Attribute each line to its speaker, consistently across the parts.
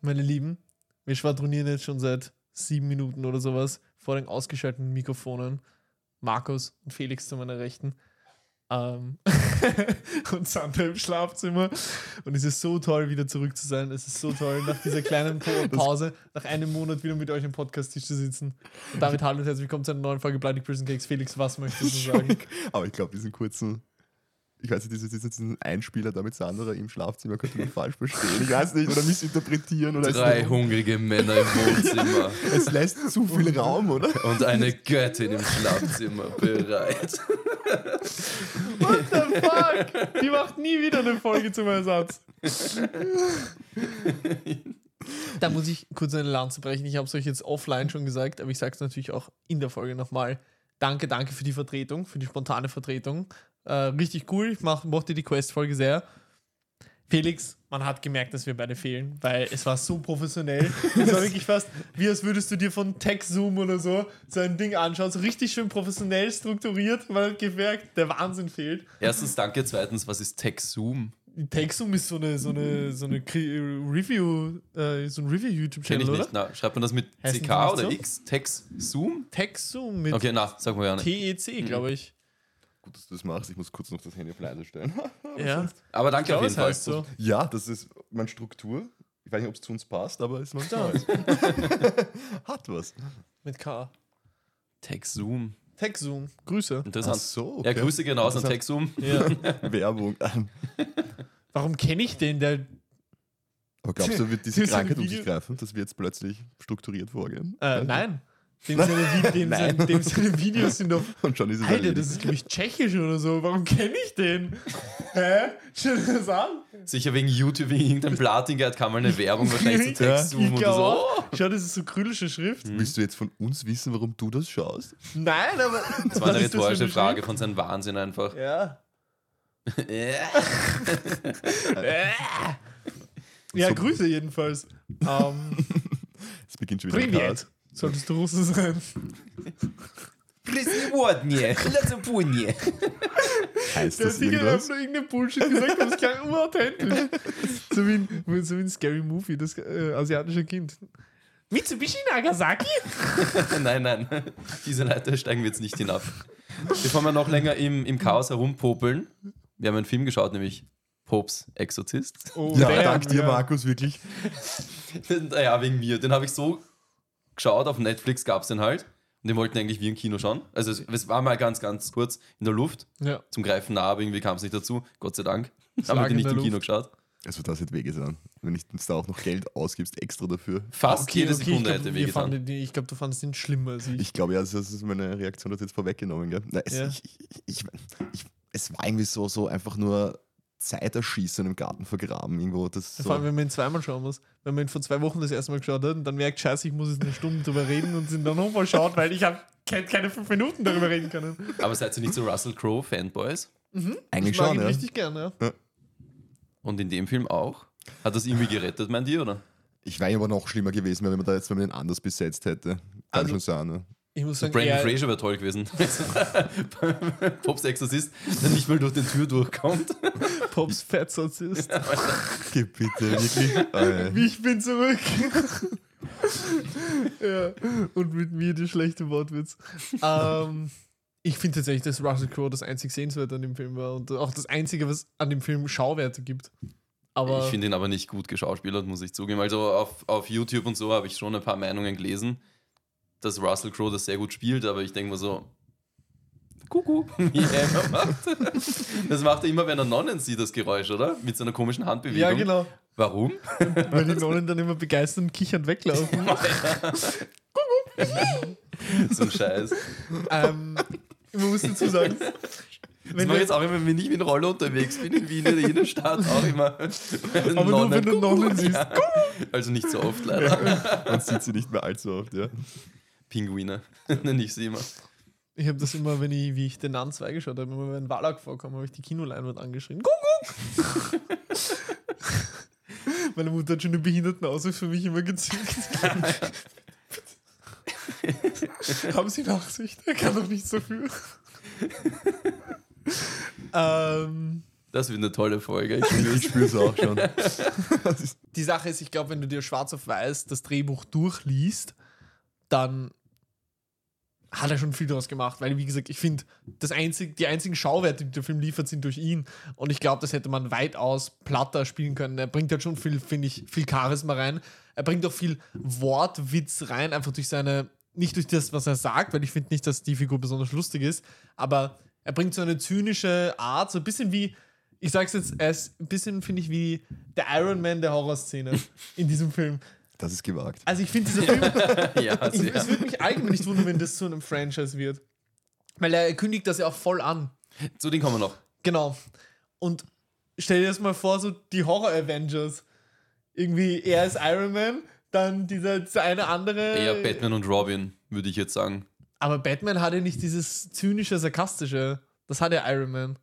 Speaker 1: meine Lieben, wir schwadronieren jetzt schon seit sieben Minuten oder sowas vor den ausgeschalteten Mikrofonen. Markus und Felix zu meiner Rechten. Ähm und Sandra im Schlafzimmer. Und es ist so toll, wieder zurück zu sein. Es ist so toll, nach dieser kleinen Pa- Pause, nach einem Monat wieder mit euch am Podcasttisch zu sitzen. Und damit hallo und herzlich willkommen zu einer neuen Folge Bloody Prison Cakes. Felix, was möchtest du sagen?
Speaker 2: Aber ich glaube, diesen kurzen, ich weiß nicht, diesen, diesen, diesen Einspieler da mit Sandra im Schlafzimmer könnte man falsch verstehen. Ich weiß nicht, oder missinterpretieren. Oder
Speaker 3: Drei
Speaker 2: es,
Speaker 3: hungrige Männer im Wohnzimmer
Speaker 2: es lässt zu viel Raum, oder?
Speaker 3: und eine Göttin im Schlafzimmer bereit.
Speaker 1: What the fuck? Die macht nie wieder eine Folge zum Ersatz. Da muss ich kurz eine Lanze brechen. Ich habe es euch jetzt offline schon gesagt, aber ich sage es natürlich auch in der Folge nochmal. Danke, danke für die Vertretung, für die spontane Vertretung. Äh, richtig cool. Ich mach, mochte die Quest-Folge sehr. Felix, man hat gemerkt, dass wir beide fehlen, weil es war so professionell. Es war wirklich fast, wie als würdest du dir von TechZoom oder so so ein Ding anschauen. So richtig schön professionell strukturiert. Man hat gemerkt, der Wahnsinn fehlt.
Speaker 3: Erstens danke, zweitens, was ist TechZoom?
Speaker 1: TechZoom ist so eine, so eine, so eine Kri- Review, äh, so ein
Speaker 3: Kenn
Speaker 1: Review-YouTube-Channel,
Speaker 3: ich
Speaker 1: oder?
Speaker 3: nicht. Na, schreibt man das mit
Speaker 1: Heißt die
Speaker 3: CK
Speaker 1: nicht
Speaker 3: oder
Speaker 1: so?
Speaker 3: X? TechZoom?
Speaker 1: TechZoom mit
Speaker 3: Okay, Mhm. na, sag mal ja nicht.
Speaker 1: TEC, glaube ich.
Speaker 2: Gut, dass du das machst. Ich muss kurz noch das Handy auf leise stellen.
Speaker 1: Ja,
Speaker 3: Aber danke
Speaker 1: ich glaube,
Speaker 3: auf jeden
Speaker 1: es
Speaker 3: Fall.
Speaker 1: heißt so.
Speaker 2: Ja, das ist meine Struktur. Ich weiß nicht, ob es zu uns passt, aber es ist
Speaker 1: Ja.
Speaker 2: man Hat was.
Speaker 1: Mit K.
Speaker 3: TechZoom.
Speaker 1: TechZoom, Grüße.
Speaker 3: Interessant.
Speaker 2: Ach so,
Speaker 3: Ja,
Speaker 2: okay.
Speaker 3: Grüße gehen raus an
Speaker 2: Interessant.
Speaker 3: TechZoom.
Speaker 1: Ja.
Speaker 2: Werbung an.
Speaker 1: Warum kenne ich den? Der, äh,
Speaker 2: Aber glaubst du, wird
Speaker 1: Das
Speaker 2: diese
Speaker 1: ist ein
Speaker 2: Krankheit um sich
Speaker 1: Video.
Speaker 2: greifen, dass wir jetzt plötzlich strukturiert vorgehen?
Speaker 1: äh, nein. Dem seine, Vi- dem,
Speaker 2: Nein.
Speaker 1: Seine, dem seine Videos sind auf
Speaker 2: Und schon ist es
Speaker 1: Alter,
Speaker 2: erledigt.
Speaker 1: das ist, glaube ich, tschechisch oder so. Warum kenne ich den? Hä? Schau dir das an.
Speaker 3: Sicher wegen YouTube, wegen irgendeinem Platin-Guide kam mal eine Werbung wahrscheinlich zu
Speaker 2: Ja.
Speaker 3: TechZoom oder
Speaker 1: glaub
Speaker 3: so.
Speaker 1: auch. Schau, das ist so krylische Schrift.
Speaker 2: Willst du jetzt von uns wissen, warum du das schaust?
Speaker 1: Nein, aber.
Speaker 3: Das war eine rhetorische Frage von seinem Wahnsinn einfach.
Speaker 1: Ja.
Speaker 3: Ja.
Speaker 1: Ja,
Speaker 2: Äh. So-
Speaker 1: Grüße jedenfalls. Ähm,
Speaker 2: Es beginnt schon wieder mit
Speaker 1: Privet. Solltest du Russe sein.
Speaker 2: K. Heißt
Speaker 1: Der
Speaker 2: das
Speaker 1: Sieger hat
Speaker 2: irgendwas?
Speaker 1: nur irgendeine Bullshit gesagt, das klang unauthentisch. so, wie ein, so wie ein Scary Movie, das äh, asiatische Kind. Mitsubishi Nagasaki?
Speaker 3: Nein, nein. Diese Leiter steigen wir jetzt nicht hinab. Bevor wir noch länger im, im Chaos herumpopeln, wir haben einen Film geschaut, nämlich Popes Exorzist.
Speaker 1: Oh,
Speaker 2: Ja,
Speaker 1: damn,
Speaker 2: dank dir,
Speaker 1: ja.
Speaker 2: Markus, wirklich.
Speaker 3: Naja, wegen mir. Den habe ich so geschaut, auf Netflix gab es den halt. Und den wollten eigentlich wir im Kino schauen. Also es, es war mal ganz, ganz kurz in der Luft.
Speaker 1: Ja.
Speaker 3: Zum Greifen nah, aber irgendwie kam es nicht dazu. Gott sei Dank. Haben
Speaker 1: lag
Speaker 3: wir den
Speaker 1: in
Speaker 3: nicht
Speaker 1: der
Speaker 3: im
Speaker 1: Luft.
Speaker 3: Kino geschaut.
Speaker 2: Also das hätte wehgetan, wenn ich uns da auch noch Geld ausgibst, extra dafür.
Speaker 3: Fast jede
Speaker 1: okay,
Speaker 3: Sekunde
Speaker 1: ich glaub,
Speaker 3: hätte
Speaker 1: wir
Speaker 3: wehgetan.
Speaker 1: fanden den- Ich glaube, du fandest ihn schlimmer als ich.
Speaker 2: Ich glaube ja, das ist meine Reaktion, das jetzt vorweggenommen, gell? Nein, es,
Speaker 1: Ja.
Speaker 2: ich, ich, ich, ich, es war irgendwie so, so einfach nur Zeit erschießen im Garten vergraben irgendwo. Das
Speaker 1: Vor allem,
Speaker 2: so.
Speaker 1: wenn man ihn zweimal schauen muss. Wenn man ihn vor zwei Wochen das erste Mal geschaut hat und dann merkt, scheiße, ich muss jetzt eine Stunde drüber reden und ihn dann nochmal schaut, weil ich habe keine fünf Minuten darüber reden können.
Speaker 3: Aber seid ihr nicht so Russell Crowe-Fanboys?
Speaker 2: Eigentlich
Speaker 1: Ich mag
Speaker 2: schon,
Speaker 1: ihn
Speaker 2: ja.
Speaker 1: richtig gerne, ja.
Speaker 3: Und in dem Film auch? Hat das irgendwie gerettet, meint ihr, oder?
Speaker 2: Ich wäre aber noch schlimmer gewesen, wenn man da jetzt wenn man den anders besetzt hätte. Kann
Speaker 1: Also-
Speaker 2: schon sagen, ne?
Speaker 1: Ich muss sagen,
Speaker 3: Brandon
Speaker 1: eher-
Speaker 3: Fraser wäre toll gewesen. Pops Exorzist, der nicht mal durch die Tür durchkommt.
Speaker 1: Pops Fettsatzist.
Speaker 2: Geh bitte, wirklich. Äh,
Speaker 1: Wie ich bin zurück. ja. Und mit mir die schlechte Wortwitz. Ähm, ich finde tatsächlich, dass Russell Crowe das einzig Sehenswerte an dem Film war und auch das einzige, was an dem Film Schauwerte gibt. Aber
Speaker 3: Ich finde ihn aber nicht gut geschauspielert, muss ich zugeben. Also auf, auf YouTube und so habe ich schon ein paar Meinungen gelesen, dass Russell Crowe das sehr gut spielt, aber ich denke mir so, Kuckuck, wie er immer macht. Das macht er immer, wenn er Nonnen sieht, das Geräusch, oder? Mit so einer komischen Handbewegung.
Speaker 1: ja, genau.
Speaker 3: Warum?
Speaker 1: Weil die Nonnen dann immer begeistert und kichernd weglaufen.
Speaker 3: So ein Scheiß.
Speaker 1: ähm, man muss dazu sagen,
Speaker 3: Das
Speaker 1: wenn
Speaker 3: mache
Speaker 1: wir,
Speaker 3: ich jetzt auch immer, wenn ich mit Roller unterwegs bin, in Wien, in der Innenstadt, auch immer.
Speaker 1: aber nur wenn du Nonnen siehst.
Speaker 3: Also nicht so oft leider.
Speaker 2: man sieht sie nicht mehr allzu oft, ja.
Speaker 3: Pinguine, nenne ich sie immer.
Speaker 1: Ich habe das immer, wenn ich, wie ich den Namen 2 geschaut habe, immer wenn Wallach vorkam, habe ich die Kinoleinwand angeschrien. Kuckuck! Meine Mutter hat schon den Behindertenausweis für mich immer gezückt. Haben Sie Nachsicht? Er kann doch nichts dafür. ähm,
Speaker 3: Das wird eine tolle Folge. Ich bin
Speaker 2: Ich
Speaker 3: wirklich-
Speaker 2: spüre es auch schon.
Speaker 1: Die Sache ist, ich glaube, wenn du dir schwarz auf weiß das Drehbuch durchliest, dann hat er schon viel daraus gemacht, weil, wie gesagt, ich finde, das einzig, die einzigen Schauwerte, die der Film liefert, sind durch ihn. Und ich glaube, das hätte man weitaus platter spielen können. Er bringt halt schon viel, finde ich, viel Charisma rein. Er bringt auch viel Wortwitz rein, einfach durch seine, nicht durch das, was er sagt, weil ich finde nicht, dass die Figur besonders lustig ist, aber er bringt so eine zynische Art, so ein bisschen wie, ich sag's jetzt, er ist ein bisschen, finde ich, wie der Iron Man der Horrorszene in diesem Film.
Speaker 2: Das ist gewagt.
Speaker 1: Also ich finde, dieser Film,
Speaker 3: Also, ja,
Speaker 1: ich,
Speaker 3: sehr.
Speaker 1: es würde mich allgemein nicht wundern, wenn das zu einem Franchise wird. Weil er kündigt das ja auch voll an.
Speaker 3: Zu denen kommen wir noch.
Speaker 1: Genau. Und stell dir das mal vor, so die Horror-Avengers. Irgendwie, er ist Iron Man, dann dieser, dieser eine andere.
Speaker 3: Ja, Batman und Robin, würde ich jetzt sagen.
Speaker 1: Aber Batman hatte nicht dieses zynische, sarkastische. Das hatte Iron Man.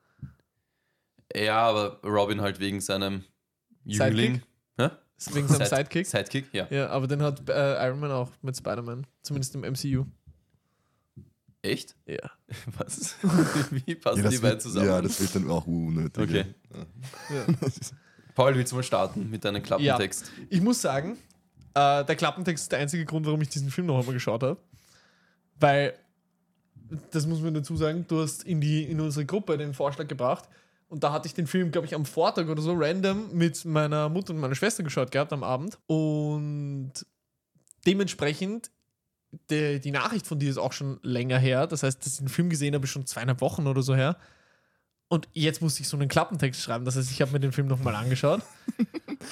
Speaker 3: Ja, aber Robin halt wegen seinem Jüngling. Hä?
Speaker 1: Wegen seinem
Speaker 3: Side-
Speaker 1: Sidekick.
Speaker 3: Sidekick, ja.
Speaker 1: Ja, aber den hat äh, Iron Man auch mit Spider-Man. Zumindest im MCU.
Speaker 3: Echt?
Speaker 1: Ja.
Speaker 3: Was?
Speaker 2: Ja,
Speaker 3: Wie passen
Speaker 2: das
Speaker 3: Also die beiden
Speaker 2: wird,
Speaker 3: zusammen?
Speaker 2: ja, das wird dann auch unnötig.
Speaker 3: Okay.
Speaker 2: Ja.
Speaker 1: ja.
Speaker 2: Das ist-
Speaker 3: Paul, willst du mal starten mit deinem Klappentext?
Speaker 1: Ich muss sagen, äh, der Klappentext ist der einzige Grund, warum ich diesen Film noch einmal geschaut habe. Weil, das muss man dazu sagen, du hast in, die, in unsere Gruppe den Vorschlag gebracht. Und da hatte ich den Film, glaube ich, am Vortag oder so random mit meiner Mutter und meiner Schwester geschaut gehabt am Abend. Und dementsprechend, die, die Nachricht von dir ist auch schon länger her. Das heißt, dass ich den Film gesehen habe, ist schon zweieinhalb Wochen oder so her. Und jetzt musste ich so einen Klappentext schreiben. Das heißt, ich habe mir den Film nochmal angeschaut.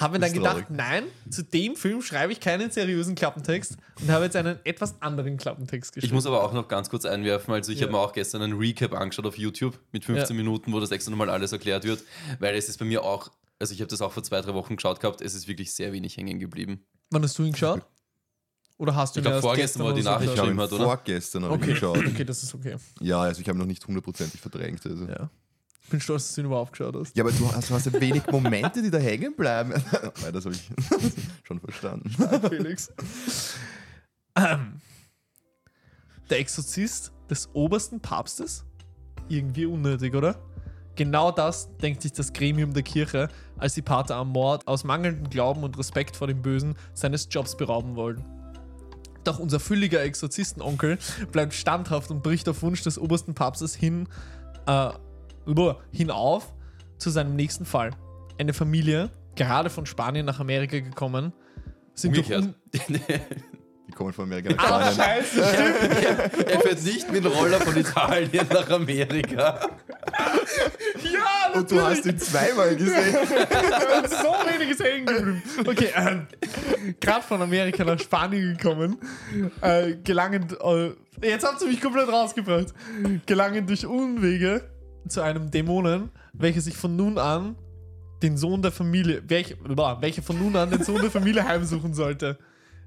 Speaker 1: habe mir dann
Speaker 2: Ist
Speaker 1: gedacht,
Speaker 2: traurig.
Speaker 1: nein, zu dem Film schreibe ich keinen seriösen Klappentext und habe jetzt einen etwas anderen Klappentext geschrieben.
Speaker 3: Ich muss aber auch noch ganz kurz einwerfen, also ich
Speaker 1: Ja.
Speaker 3: habe mir auch gestern einen Recap angeschaut auf YouTube mit 15 Minuten, wo das extra nochmal alles erklärt wird, weil es ist bei mir auch, also ich habe das auch vor zwei, drei Wochen geschaut gehabt, es ist wirklich sehr wenig hängen geblieben.
Speaker 1: Wann hast du ihn geschaut? Oder hast du
Speaker 3: Ich
Speaker 1: ihn
Speaker 3: glaub,
Speaker 1: erst
Speaker 3: vorgestern war die
Speaker 1: oder so
Speaker 3: Nachricht
Speaker 2: Ich
Speaker 1: geschaut?
Speaker 2: habe
Speaker 3: Schlimm
Speaker 2: ihn
Speaker 3: hat, oder?
Speaker 2: vorgestern hab ich ihn geschaut.
Speaker 1: Okay. okay, das ist okay.
Speaker 2: Ja, also ich habe ihn noch nicht hundertprozentig verdrängt. Also. Ja.
Speaker 1: Ja. Ich bin stolz, dass du ihn überhaupt geschaut hast.
Speaker 2: aber du hast, du hast ja wenig Momente, die da hängen bleiben. Nein, das habe ich schon verstanden.
Speaker 1: Felix. ähm, der Exorzist des obersten Papstes? Irgendwie unnötig, oder? Genau das denkt sich das Gremium der Kirche, als die Pater am Mord aus mangelndem Glauben und Respekt vor dem Bösen seines Jobs berauben wollen. Doch unser fülliger Exorzistenonkel bleibt standhaft und bricht auf Wunsch des obersten Papstes hin, äh, boah, hinauf zu seinem nächsten Fall. Eine Familie, gerade von Spanien nach Amerika gekommen, sind durch
Speaker 3: Umgekehrt.
Speaker 1: un
Speaker 2: Die kommen von Amerika nach
Speaker 1: Ah,
Speaker 2: Spanien.
Speaker 1: scheiße, stimmt.
Speaker 3: er fährt nicht mit dem Roller von Italien nach Amerika.
Speaker 1: Ja,
Speaker 2: Und du hast ihn zweimal gesehen.
Speaker 1: hast Also so weniges hängen geblieben. eh Okay, ähm, gerade von Amerika nach Spanien gekommen, äh, gelangend, äh, jetzt habt ihr mich komplett rausgebracht, gelangend durch Unwege zu einem Dämonen, welcher sich von nun an den Sohn der Familie, welch, boah, welcher von nun an den Sohn der Familie heimsuchen sollte.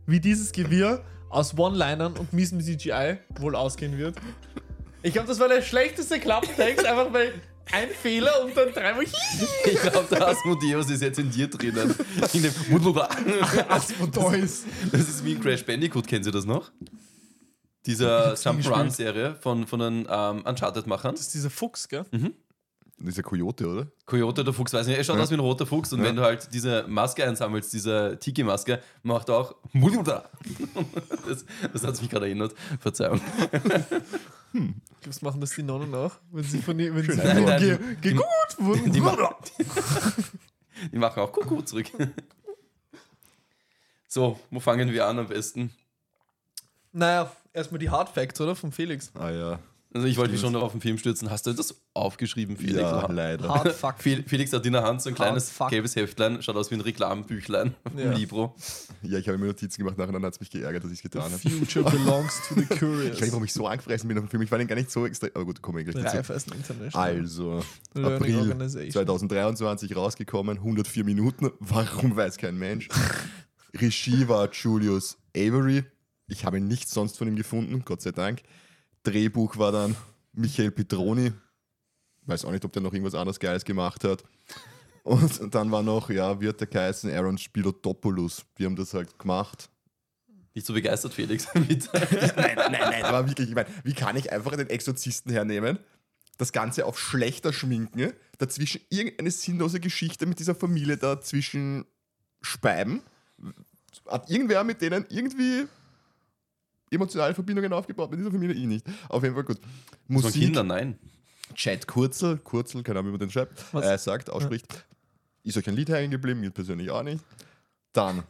Speaker 1: Wie dieses Gewirr aus One-Linern und miesem CGI wohl ausgehen wird. Ich glaube, das war der schlechteste Klappentext, einfach weil ein Fehler und dann dreimal
Speaker 3: Ich glaube, der Asmodeus ist jetzt in dir drinnen. In dem
Speaker 1: Asmodeus.
Speaker 3: Das ist wie in Crash Bandicoot, kennen Sie das noch? Dieser Jump'n'Run-Serie von, von den ähm, Uncharted-Machern.
Speaker 1: Das ist dieser Fuchs, gell?
Speaker 2: Dieser Coyote, oder?
Speaker 3: Coyote, der Fuchs, weiß nicht, er schaut
Speaker 2: Ja.
Speaker 3: aus wie ein roter Fuchs und
Speaker 2: Ja.
Speaker 3: wenn du halt diese Maske einsammelst, diese Tiki-Maske, macht er auch Muluda. Das, das hat mich gerade erinnert. Verzeihung.
Speaker 1: Gibt's machen das die Nonnen auch? Wenn sie von ihr, wenn sie
Speaker 2: Nein,
Speaker 1: von
Speaker 3: nein,
Speaker 1: ihr
Speaker 3: die-
Speaker 1: geguckt wurden.
Speaker 3: Die, machen, die machen auch Kuckuck zurück. So, wo fangen wir an am besten?
Speaker 1: Naja, erstmal die Hard Facts, oder? Von Felix.
Speaker 2: Ah ja.
Speaker 3: Also ich wollte mich schon noch auf den Film stürzen. Hast du das aufgeschrieben, Felix?
Speaker 2: Ja,
Speaker 3: Oder-
Speaker 2: leider.
Speaker 1: Hard Fuck.
Speaker 3: Fel- Felix hat in der Hand so ein kleines
Speaker 1: fuck.
Speaker 3: gelbes Heftlein, schaut aus wie ein Reklambüchlein,
Speaker 1: Ja.
Speaker 3: ein Libro.
Speaker 2: Ja, ich habe mir Notizen gemacht, nachher hat es mich geärgert, dass ich es getan habe.
Speaker 1: Future belongs to the
Speaker 2: Ich weiß nicht,
Speaker 1: curious.
Speaker 2: warum ich so angefressen bin auf den Film. Ich war den gar nicht so extrem. Aber gut, kommen wir gleich dazu.
Speaker 1: IFS International.
Speaker 2: Also,
Speaker 1: Learning
Speaker 2: April
Speaker 1: Organization.
Speaker 2: 2023 rausgekommen, 104 Minuten. Warum weiß kein Mensch? Regie war Julius Avery. Ich habe nichts sonst von ihm gefunden, Gott sei Dank. Drehbuch war dann Michael Petroni. Weiß auch nicht, ob der noch irgendwas anderes Geiles gemacht hat. Und dann war noch, ja, wird der geheißen Aaron Spilotopoulos. Wir haben das halt gemacht.
Speaker 3: Nicht so begeistert, Felix. Mit
Speaker 2: nein, nein, nein, nein. Aber wirklich, ich meine, wie kann ich einfach den Exorzisten hernehmen, das Ganze auf schlechter schminken, dazwischen irgendeine sinnlose Geschichte mit dieser Familie dazwischen speiben. Hat irgendwer mit denen irgendwie emotionale Verbindungen aufgebaut, mit dieser Familie ich nicht. Auf jeden Fall gut.
Speaker 3: Von
Speaker 2: Musik,
Speaker 3: Kindern, nein.
Speaker 2: Chad Kurzel, Kurzel, keine Ahnung, wie man den schreibt,
Speaker 1: Was?
Speaker 2: äh, sagt, ausspricht. Ist euch ein Lied hängen geblieben? Mir persönlich auch nicht. Dann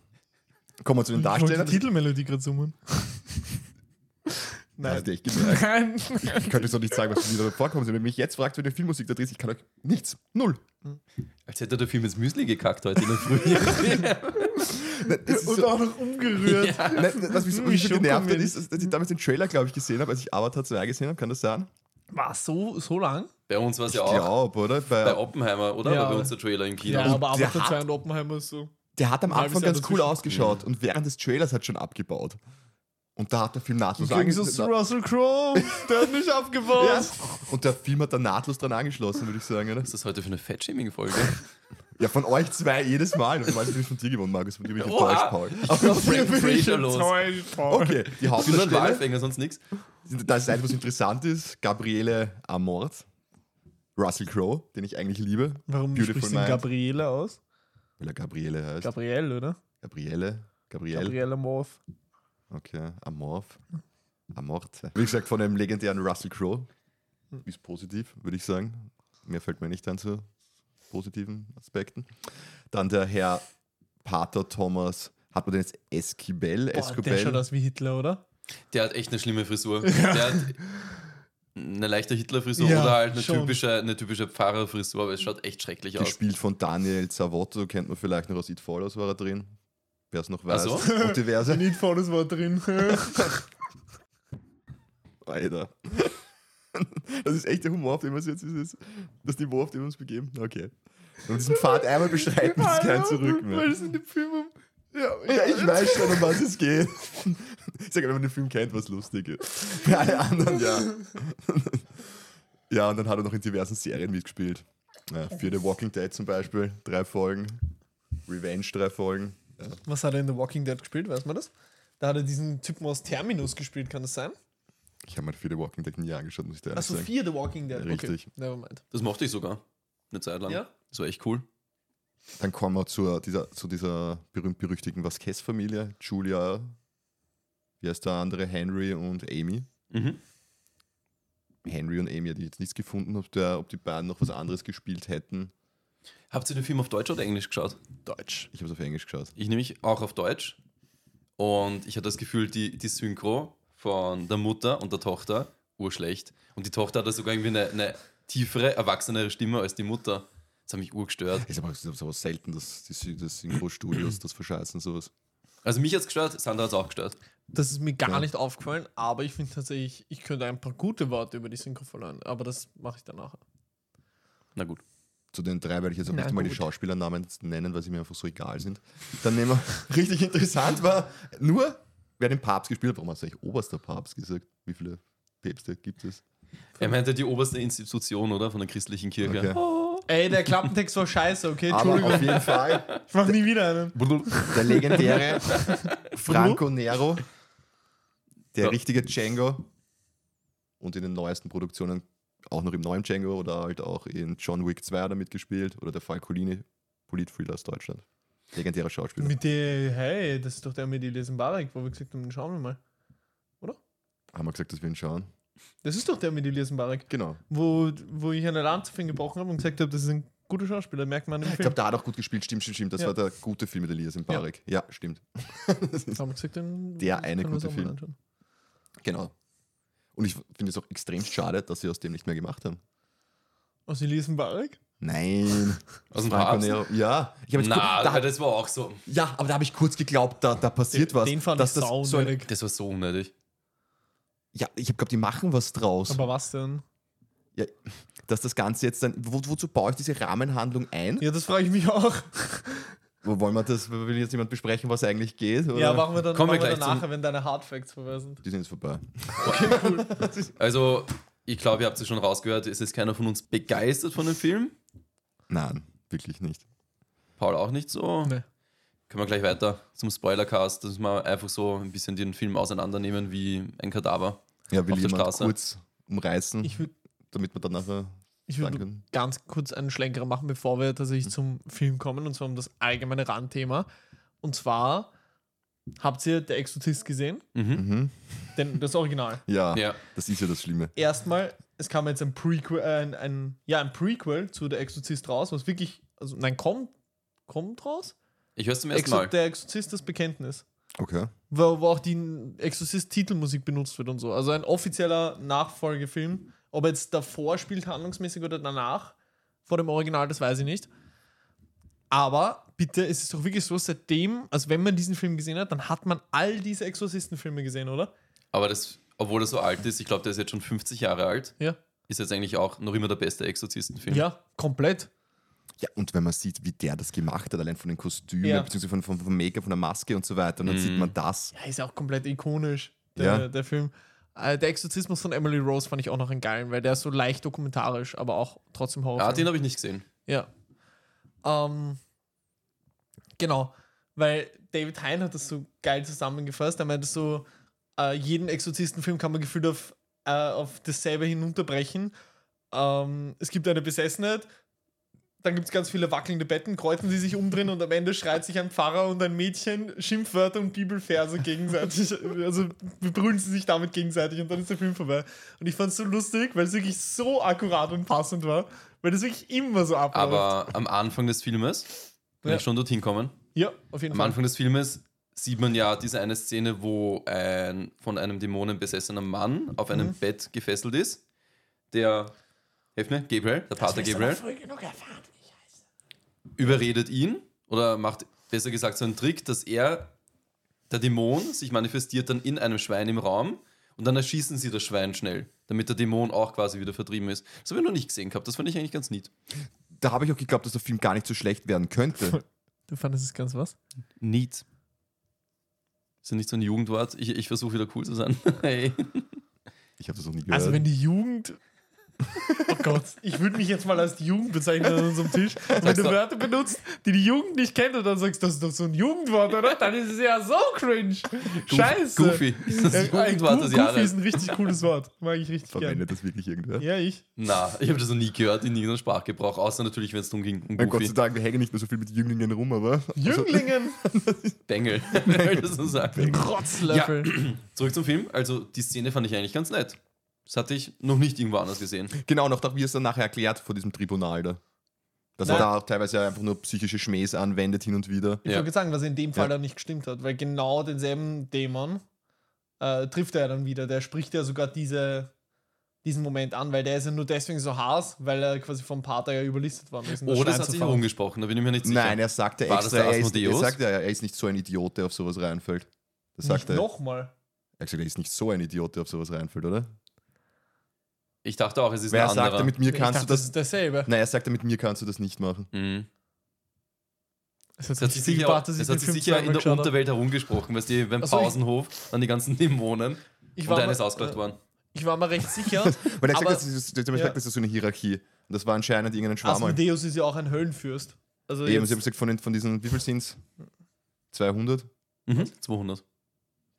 Speaker 2: kommen wir zu den
Speaker 1: Ich wollte
Speaker 2: Darstellern.
Speaker 1: die Titelmelodie gerade summen.
Speaker 2: Hast du echt gemerkt.
Speaker 1: Nein.
Speaker 2: Ich könnte jetzt auch nicht sagen, was für Lieder da vorkommen. sind. Wenn ihr mich jetzt fragt, wenn ihr Filmmusik da dreht, ich kann euch nichts. Null.
Speaker 3: Als hätte der Film ins Müsli gekackt heute in der Früh.
Speaker 2: Nein, das ist
Speaker 1: Und
Speaker 2: so-
Speaker 1: auch noch umgerührt.
Speaker 2: Nein, was mich so
Speaker 1: Mich
Speaker 2: richtig genervt hat,
Speaker 1: schocken
Speaker 2: ist, dass- dass ich damals den Trailer, glaube ich, gesehen habe, als ich Avatar 2 gesehen habe. Kann das sein?
Speaker 1: War so, so lang?
Speaker 3: Bei uns war es ja
Speaker 2: Ich
Speaker 3: auch
Speaker 2: glaube, oder? Bei,
Speaker 3: bei Oppenheimer, oder?
Speaker 1: Ja.
Speaker 3: War bei uns der Trailer im Kino.
Speaker 1: Ja,
Speaker 2: Und
Speaker 1: aber
Speaker 2: der
Speaker 1: Avatar
Speaker 2: hat-
Speaker 1: 2 und Oppenheimer ist so.
Speaker 2: der hat am
Speaker 1: Ein halbes
Speaker 2: Anfang
Speaker 1: Jahr
Speaker 2: ganz cool
Speaker 1: dazwischen.
Speaker 2: ausgeschaut und während des Trailers hat schon abgebaut. Und da hat der Film nahtlos
Speaker 1: Übrigens zu
Speaker 2: angeschlossen.
Speaker 1: Russell Crowe. Der hat mich abgebaut.
Speaker 2: Ja. Und der Film hat da nahtlos dran angeschlossen, würde ich sagen, oder?
Speaker 3: Was ist das heute für eine Fettshaming-Folge?
Speaker 2: Ja, von euch zwei jedes Mal. Ich weiß nicht, wie es von dir gewonnen, Markus. Von dir bin ich
Speaker 3: Oha.
Speaker 2: enttäuscht, Paul.
Speaker 3: Auf Frank Fraser los.
Speaker 1: Okay.
Speaker 2: Okay, die
Speaker 3: Findet
Speaker 2: Hauptdarsteller.
Speaker 3: Walfänger, sonst nichts.
Speaker 2: Das ist etwas interessant ist. Gabriele Amort. Russell Crowe, den ich eigentlich liebe.
Speaker 1: Warum
Speaker 2: Beautiful
Speaker 1: sprichst du ihn
Speaker 2: Mind.
Speaker 1: Gabriele aus?
Speaker 2: Weil er Gabriele heißt.
Speaker 1: Gabrielle, oder?
Speaker 2: Gabriele. Gabriele.
Speaker 1: Gabriele Morph.
Speaker 2: Okay, Amorph. Amort. Wie gesagt, von dem legendären Russell Crowe.
Speaker 1: Hm.
Speaker 2: Ist positiv, würde ich sagen. Mehr fällt mir nicht an zu positiven Aspekten. Dann der Herr Pater Thomas. Hat man den jetzt Esquibel?
Speaker 1: Boah, der schaut
Speaker 2: Esquibel?
Speaker 1: aus wie Hitler, oder?
Speaker 3: Der hat echt eine schlimme Frisur. Der hat eine leichte Hitlerfrisur
Speaker 1: Ja,
Speaker 3: oder halt eine
Speaker 1: schon.
Speaker 3: typische, eine typische Pfarrerfrisur, aber es schaut echt schrecklich aus.
Speaker 2: Gespielt von Daniel Zavotto. Kennt man vielleicht noch aus It Follows war er drin. Wer es noch weiß.
Speaker 3: so?
Speaker 2: Und diverse.
Speaker 1: Need for das war drin.
Speaker 2: Alter. Das ist echt der Humor, auf dem wir uns jetzt ist. Das Niveau, auf dem wir uns begeben. Okay. Wenn wir diesen Pfad einmal beschreiten, ist kein Zurück mehr.
Speaker 1: Weil es in dem Film um. Ja,
Speaker 2: Ja, ich weiß schon, um was es geht. Ich sage, wenn man den Film kennt, was lustig ist. Bei allen anderen, ja. Ja, und dann hat er noch in diversen Serien mitgespielt. Ja, für The Walking Dead zum Beispiel, drei Folgen. Revenge, drei Folgen.
Speaker 1: Was hat er in The Walking Dead gespielt? Weiß man das? Da hat er diesen Typen aus Terminus gespielt, kann das sein?
Speaker 2: Ich habe mal für The Walking Dead nie angeschaut, muss ich dir ehrlich
Speaker 1: Achso,
Speaker 2: sagen.
Speaker 1: vier The Walking Dead.
Speaker 2: Richtig.
Speaker 1: Okay. Nevermind.
Speaker 3: Das mochte ich sogar. Eine Zeit lang.
Speaker 1: Ja?
Speaker 3: Das war echt cool.
Speaker 2: Dann kommen wir zu dieser, zu dieser berühmt-berüchtigten Vasquez-Familie. Julia, wie heißt der andere? Henry und Amy.
Speaker 3: Mhm.
Speaker 2: Henry und Amy hat jetzt nichts gefunden, ob, der, ob die beiden noch was anderes gespielt hätten.
Speaker 3: Habt ihr den Film auf Deutsch oder Englisch geschaut?
Speaker 1: Deutsch.
Speaker 2: Ich habe es auf Englisch geschaut.
Speaker 3: Ich nehme ich auch auf Deutsch. Und ich hatte das Gefühl, die, die Synchro von der Mutter und der Tochter, urschlecht. Und die Tochter hatte sogar irgendwie eine, eine tiefere, erwachsenere Stimme als die Mutter. Das hat mich urgestört.
Speaker 2: Ist aber, ist aber selten, dass die Sü- das Synchro-Studios das verscheißen, sowas.
Speaker 3: Also mich hat es gestört, Sandra hat es auch gestört.
Speaker 1: Das ist mir gar
Speaker 2: Ja.
Speaker 1: nicht aufgefallen, aber ich finde tatsächlich, ich könnte ein paar gute Worte über die Synchro verlieren, aber das mache ich danach.
Speaker 3: Na gut.
Speaker 2: Zu den drei werde ich jetzt auch
Speaker 1: Na
Speaker 2: nicht einmal die
Speaker 1: gut.
Speaker 2: Schauspielernamen jetzt nennen, weil sie mir einfach so egal sind. Dann nehmen wir, richtig interessant war, nur wer den Papst gespielt hat, warum hast du eigentlich oberster Papst gesagt? Wie viele Päpste gibt es?
Speaker 3: Er meinte die oberste Institution, oder? Von der christlichen Kirche.
Speaker 2: Okay.
Speaker 1: Ey, der Klappentext war scheiße, okay?
Speaker 2: Aber
Speaker 1: Entschuldigung,
Speaker 2: auf jeden Fall,
Speaker 1: ich mache nie wieder einen.
Speaker 2: der legendäre Franco Nero, der
Speaker 3: Ja.
Speaker 2: richtige Django und in den neuesten Produktionen auch noch im neuen Django oder halt auch in John Wick 2 hat er mitgespielt oder der Falcolini, Politthriller aus Deutschland. Legendärer Schauspieler.
Speaker 1: Mit der, hey, das ist doch der mit Elias Mbarek, wo wir gesagt haben, den schauen wir mal.
Speaker 2: Haben wir gesagt, dass wir ihn schauen?
Speaker 1: Das ist doch der mit Elias Mbarek,
Speaker 2: Genau.
Speaker 1: wo, wo ich eine Lanze für ihn gebrochen habe und gesagt habe, das ist ein guter Schauspieler, merkt man im
Speaker 2: Ich
Speaker 1: Film.
Speaker 2: glaube, da hat er auch gut gespielt. Stimmt, stimmt, stimmt. Das
Speaker 1: Ja.
Speaker 2: war der gute Film mit Elias Mbarek. Ja, ja stimmt.
Speaker 1: haben wir gesagt, den
Speaker 2: Der eine
Speaker 1: können wir uns
Speaker 2: gute
Speaker 1: auch mal
Speaker 2: Film.
Speaker 1: anschauen.
Speaker 2: Genau. Und ich finde es auch extrem schade, dass sie aus dem nicht mehr gemacht haben.
Speaker 1: Aus Elias Mbarek?
Speaker 2: Nein.
Speaker 3: Aus dem
Speaker 2: Franco
Speaker 3: Papst?
Speaker 2: Nero. Ja. Ich hab jetzt
Speaker 3: Na,
Speaker 2: kurz- da,
Speaker 3: das war auch so.
Speaker 2: ja, aber da habe ich kurz geglaubt, da, da passiert was.
Speaker 1: Den fand
Speaker 2: dass
Speaker 1: ich
Speaker 2: das so ein,
Speaker 1: saunnötig.
Speaker 3: Das war so unnötig.
Speaker 2: Ja, ich habe glaubt, die machen was draus.
Speaker 1: Aber was denn?
Speaker 2: dass das Ganze jetzt dann. Wo, wozu baue ich diese Rahmenhandlung ein?
Speaker 1: Ja, das frage ich mich auch.
Speaker 2: Wo wollen wir das? Will jetzt jemand besprechen, was eigentlich geht? Oder?
Speaker 1: Ja, machen wir dann,
Speaker 3: Kommen wir
Speaker 1: machen wir
Speaker 3: gleich
Speaker 1: dann nachher,
Speaker 3: zum-
Speaker 1: wenn deine Hardfacts vorbei sind.
Speaker 2: Die sind jetzt vorbei.
Speaker 3: Also, ich glaube, ihr habt es schon rausgehört, es ist keiner von uns begeistert von dem Film.
Speaker 2: Nein, wirklich nicht.
Speaker 3: Paul auch nicht so.
Speaker 1: Nee.
Speaker 3: Können wir gleich weiter zum Spoilercast, dass wir einfach so ein bisschen den Film auseinandernehmen wie ein Kadaver.
Speaker 2: Ja, will
Speaker 3: Auf der
Speaker 2: jemand
Speaker 3: Straße.
Speaker 2: kurz umreißen?
Speaker 1: Ich will
Speaker 2: damit wir dann nachher
Speaker 1: Ich
Speaker 2: sagen
Speaker 1: würde
Speaker 2: können.
Speaker 1: ganz kurz einen Schlenker machen, bevor wir
Speaker 2: Mhm.
Speaker 1: tatsächlich zum Film kommen, und zwar um das allgemeine Randthema. Und zwar, habt ihr Der Exorzist gesehen?
Speaker 3: Mhm.
Speaker 2: Mhm.
Speaker 1: Denn das Original.
Speaker 2: Ja,
Speaker 3: Ja.
Speaker 2: das ist ja das Schlimme.
Speaker 1: Erstmal, es kam jetzt ein Prequel, äh, ein, ein, ja, ein Prequel zu Der Exorzist raus, was wirklich, also nein, kommt, kommt raus?
Speaker 3: Ich höre es zum ersten
Speaker 1: Exor-
Speaker 3: Mal.
Speaker 1: Der Exorzist, das Bekenntnis.
Speaker 2: Okay.
Speaker 1: wo, wo auch die Exorzist-Titelmusik benutzt wird und so. Also ein offizieller Nachfolgefilm. Ob er jetzt davor spielt, handlungsmäßig oder danach, vor dem Original, das weiß ich nicht. Aber bitte, es ist doch wirklich so, seitdem, also wenn man diesen Film gesehen hat, dann hat man all diese Exorzisten-Filme gesehen, oder?
Speaker 3: Aber das, obwohl er so alt ist, ich glaube, der ist jetzt schon 50 Jahre alt,
Speaker 1: Ja.
Speaker 3: ist jetzt eigentlich auch noch immer der beste Exorzistenfilm.
Speaker 1: Ja, komplett.
Speaker 2: Ja, und wenn man sieht, wie der das gemacht hat, allein von den Kostümen,
Speaker 1: Ja.
Speaker 2: beziehungsweise von, von, vom Make-up, von der Maske und so weiter, und dann
Speaker 3: Mhm.
Speaker 2: sieht man das.
Speaker 1: Ja, ist ja auch komplett ikonisch, der,
Speaker 2: Ja.
Speaker 1: der Film. Äh, Der Exorzismus von Emily Rose fand ich auch noch einen geilen, weil der ist so leicht dokumentarisch, aber auch trotzdem Horror.
Speaker 3: Ah, den habe ich nicht gesehen.
Speaker 1: Ja. Ähm, genau, weil David Hein hat das so geil zusammengefasst. Er meinte so, äh, jeden Exorzistenfilm kann man gefühlt auf, äh, auf dasselbe hinunterbrechen. Ähm, es gibt eine Besessenheit, dann gibt es ganz viele wackelnde Betten, kreuzen die sich umdrehen und am Ende schreit sich ein Pfarrer und ein Mädchen Schimpfwörter und Bibelverse gegenseitig. Also brüllen sie sich damit gegenseitig und dann ist der Film vorbei. Und ich fand es so lustig, weil es wirklich so akkurat und passend war, weil das wirklich immer so abläuft.
Speaker 3: Aber am Anfang des Filmes, wenn
Speaker 1: Ja.
Speaker 3: ich schon dorthin kommen,
Speaker 1: ja, auf jeden
Speaker 3: am
Speaker 1: Fall.
Speaker 3: Anfang des Filmes sieht man ja diese eine Szene, wo ein von einem Dämonen besessener Mann auf einem
Speaker 1: Mhm.
Speaker 3: Bett gefesselt ist. Der, helft mir, Gabriel, der Pater Gabriel, überredet ihn oder macht besser gesagt so einen Trick, dass er, der Dämon, sich manifestiert dann in einem Schwein im Raum und dann erschießen sie das Schwein schnell, damit der Dämon auch quasi wieder vertrieben ist. Das habe ich noch nicht gesehen gehabt, das fand ich eigentlich ganz neat.
Speaker 2: Da habe ich auch geglaubt, dass der Film gar nicht so schlecht werden könnte.
Speaker 1: Du fandest es ganz was?
Speaker 3: Neat. Ist ja nicht so ein Jugendwort. Ich, ich versuche wieder cool zu sein. hey.
Speaker 2: Ich habe das noch nie gehört.
Speaker 1: Also wenn die Jugend. Oh Gott, ich würde mich jetzt mal als die Jugend bezeichnen an unserem Tisch. Und wenn
Speaker 3: Sagst
Speaker 1: du
Speaker 3: du-
Speaker 1: Wörter benutzt, die die Jugend nicht kennt und dann sagst, das ist doch so ein Jugendwort, oder? Dann ist es ja so cringe. Scheiße.
Speaker 3: Goofy. Ist das
Speaker 1: Äh, äh,
Speaker 3: Jugendwort des
Speaker 1: Goofy ist
Speaker 3: Jahres?
Speaker 1: ein richtig cooles Wort. Mag ich richtig gerne.
Speaker 2: Verwendet das wirklich irgendwer?
Speaker 1: Ja, ich.
Speaker 3: Na, ich habe das noch nie gehört in irgendeinem Sprachgebrauch, außer natürlich, wenn es darum ging, um
Speaker 2: Mein Gott sei
Speaker 3: Goofy.
Speaker 2: Dank, wir hängen nicht mehr so viel mit Jünglingen rum, aber.
Speaker 3: Also-
Speaker 1: Jünglingen.
Speaker 3: Bengel. Wenn man das so sagt.
Speaker 1: Rotzlöffel.
Speaker 3: Zurück zum Film. Also, die Szene fand ich eigentlich ganz nett. Das hatte ich noch nicht irgendwo anders gesehen.
Speaker 2: Genau, noch da, wie es dann nachher erklärt vor diesem Tribunal da. Dass er
Speaker 1: Nein.
Speaker 2: da auch teilweise ja einfach nur psychische Schmähs anwendet hin und wieder.
Speaker 1: Ich
Speaker 3: Ja.
Speaker 1: wollte sagen, was in dem Fall
Speaker 2: Ja.
Speaker 1: dann nicht gestimmt hat, weil genau denselben Dämon äh, trifft er dann wieder. Der spricht ja sogar diese, diesen Moment an, weil der ist ja nur deswegen so haars, weil er quasi vom Pater ja überlistet worden ist. um
Speaker 3: Oh, das
Speaker 1: Schwein
Speaker 3: hat
Speaker 1: zu
Speaker 3: sich
Speaker 1: fangen.
Speaker 3: herumgesprochen, da bin ich mir nicht sicher.
Speaker 2: Nein, er sagt ja
Speaker 3: War das
Speaker 2: extra,
Speaker 3: der
Speaker 2: er ist, er
Speaker 3: Asmodeus?
Speaker 2: sagt ja, er ist nicht so ein Idiot, der auf sowas reinfällt. Das sagt
Speaker 1: Nicht
Speaker 2: er.
Speaker 1: nochmal.
Speaker 2: Er hat gesagt, er ist nicht so ein Idiot, der auf sowas reinfällt, oder?
Speaker 3: Ich dachte auch, es ist
Speaker 2: Wer
Speaker 3: ein
Speaker 2: sagt,
Speaker 3: anderer.
Speaker 2: mit mir
Speaker 1: Ich
Speaker 2: kannst
Speaker 1: dachte,
Speaker 2: du
Speaker 1: das
Speaker 2: das.
Speaker 1: ist derselbe.
Speaker 2: Nein, er sagt, mit mir kannst du das nicht machen.
Speaker 3: Mhm.
Speaker 1: Es hat,
Speaker 3: Es hat sich sicher,
Speaker 1: gebracht, dass ich
Speaker 3: es
Speaker 1: den
Speaker 3: hat sich
Speaker 1: Film
Speaker 3: sicher in
Speaker 1: zweimal
Speaker 3: der
Speaker 1: geschaut hab.
Speaker 3: Unterwelt herumgesprochen, weißt du, beim
Speaker 2: Also
Speaker 1: Ach so, ich-
Speaker 3: Pausenhof an die ganzen Dämonen
Speaker 1: Ich
Speaker 3: und
Speaker 1: war,
Speaker 3: einer
Speaker 1: mir,
Speaker 3: ist ausgelacht
Speaker 1: äh,
Speaker 3: worden.
Speaker 1: ich war mir recht sicher.
Speaker 2: Weil er hat
Speaker 1: Aber-
Speaker 2: gesagt, das ist, das,
Speaker 1: ja.
Speaker 2: gesagt, das ist so eine Hierarchie. Und das war anscheinend irgendein Schwammerl.
Speaker 1: Asmodeus ist ja auch ein Höllenfürst. Also
Speaker 2: Eben, sie haben
Speaker 1: jetzt,
Speaker 2: gesagt, von, den, von diesen, wie viel sind es? 200?
Speaker 3: Mhm. 200.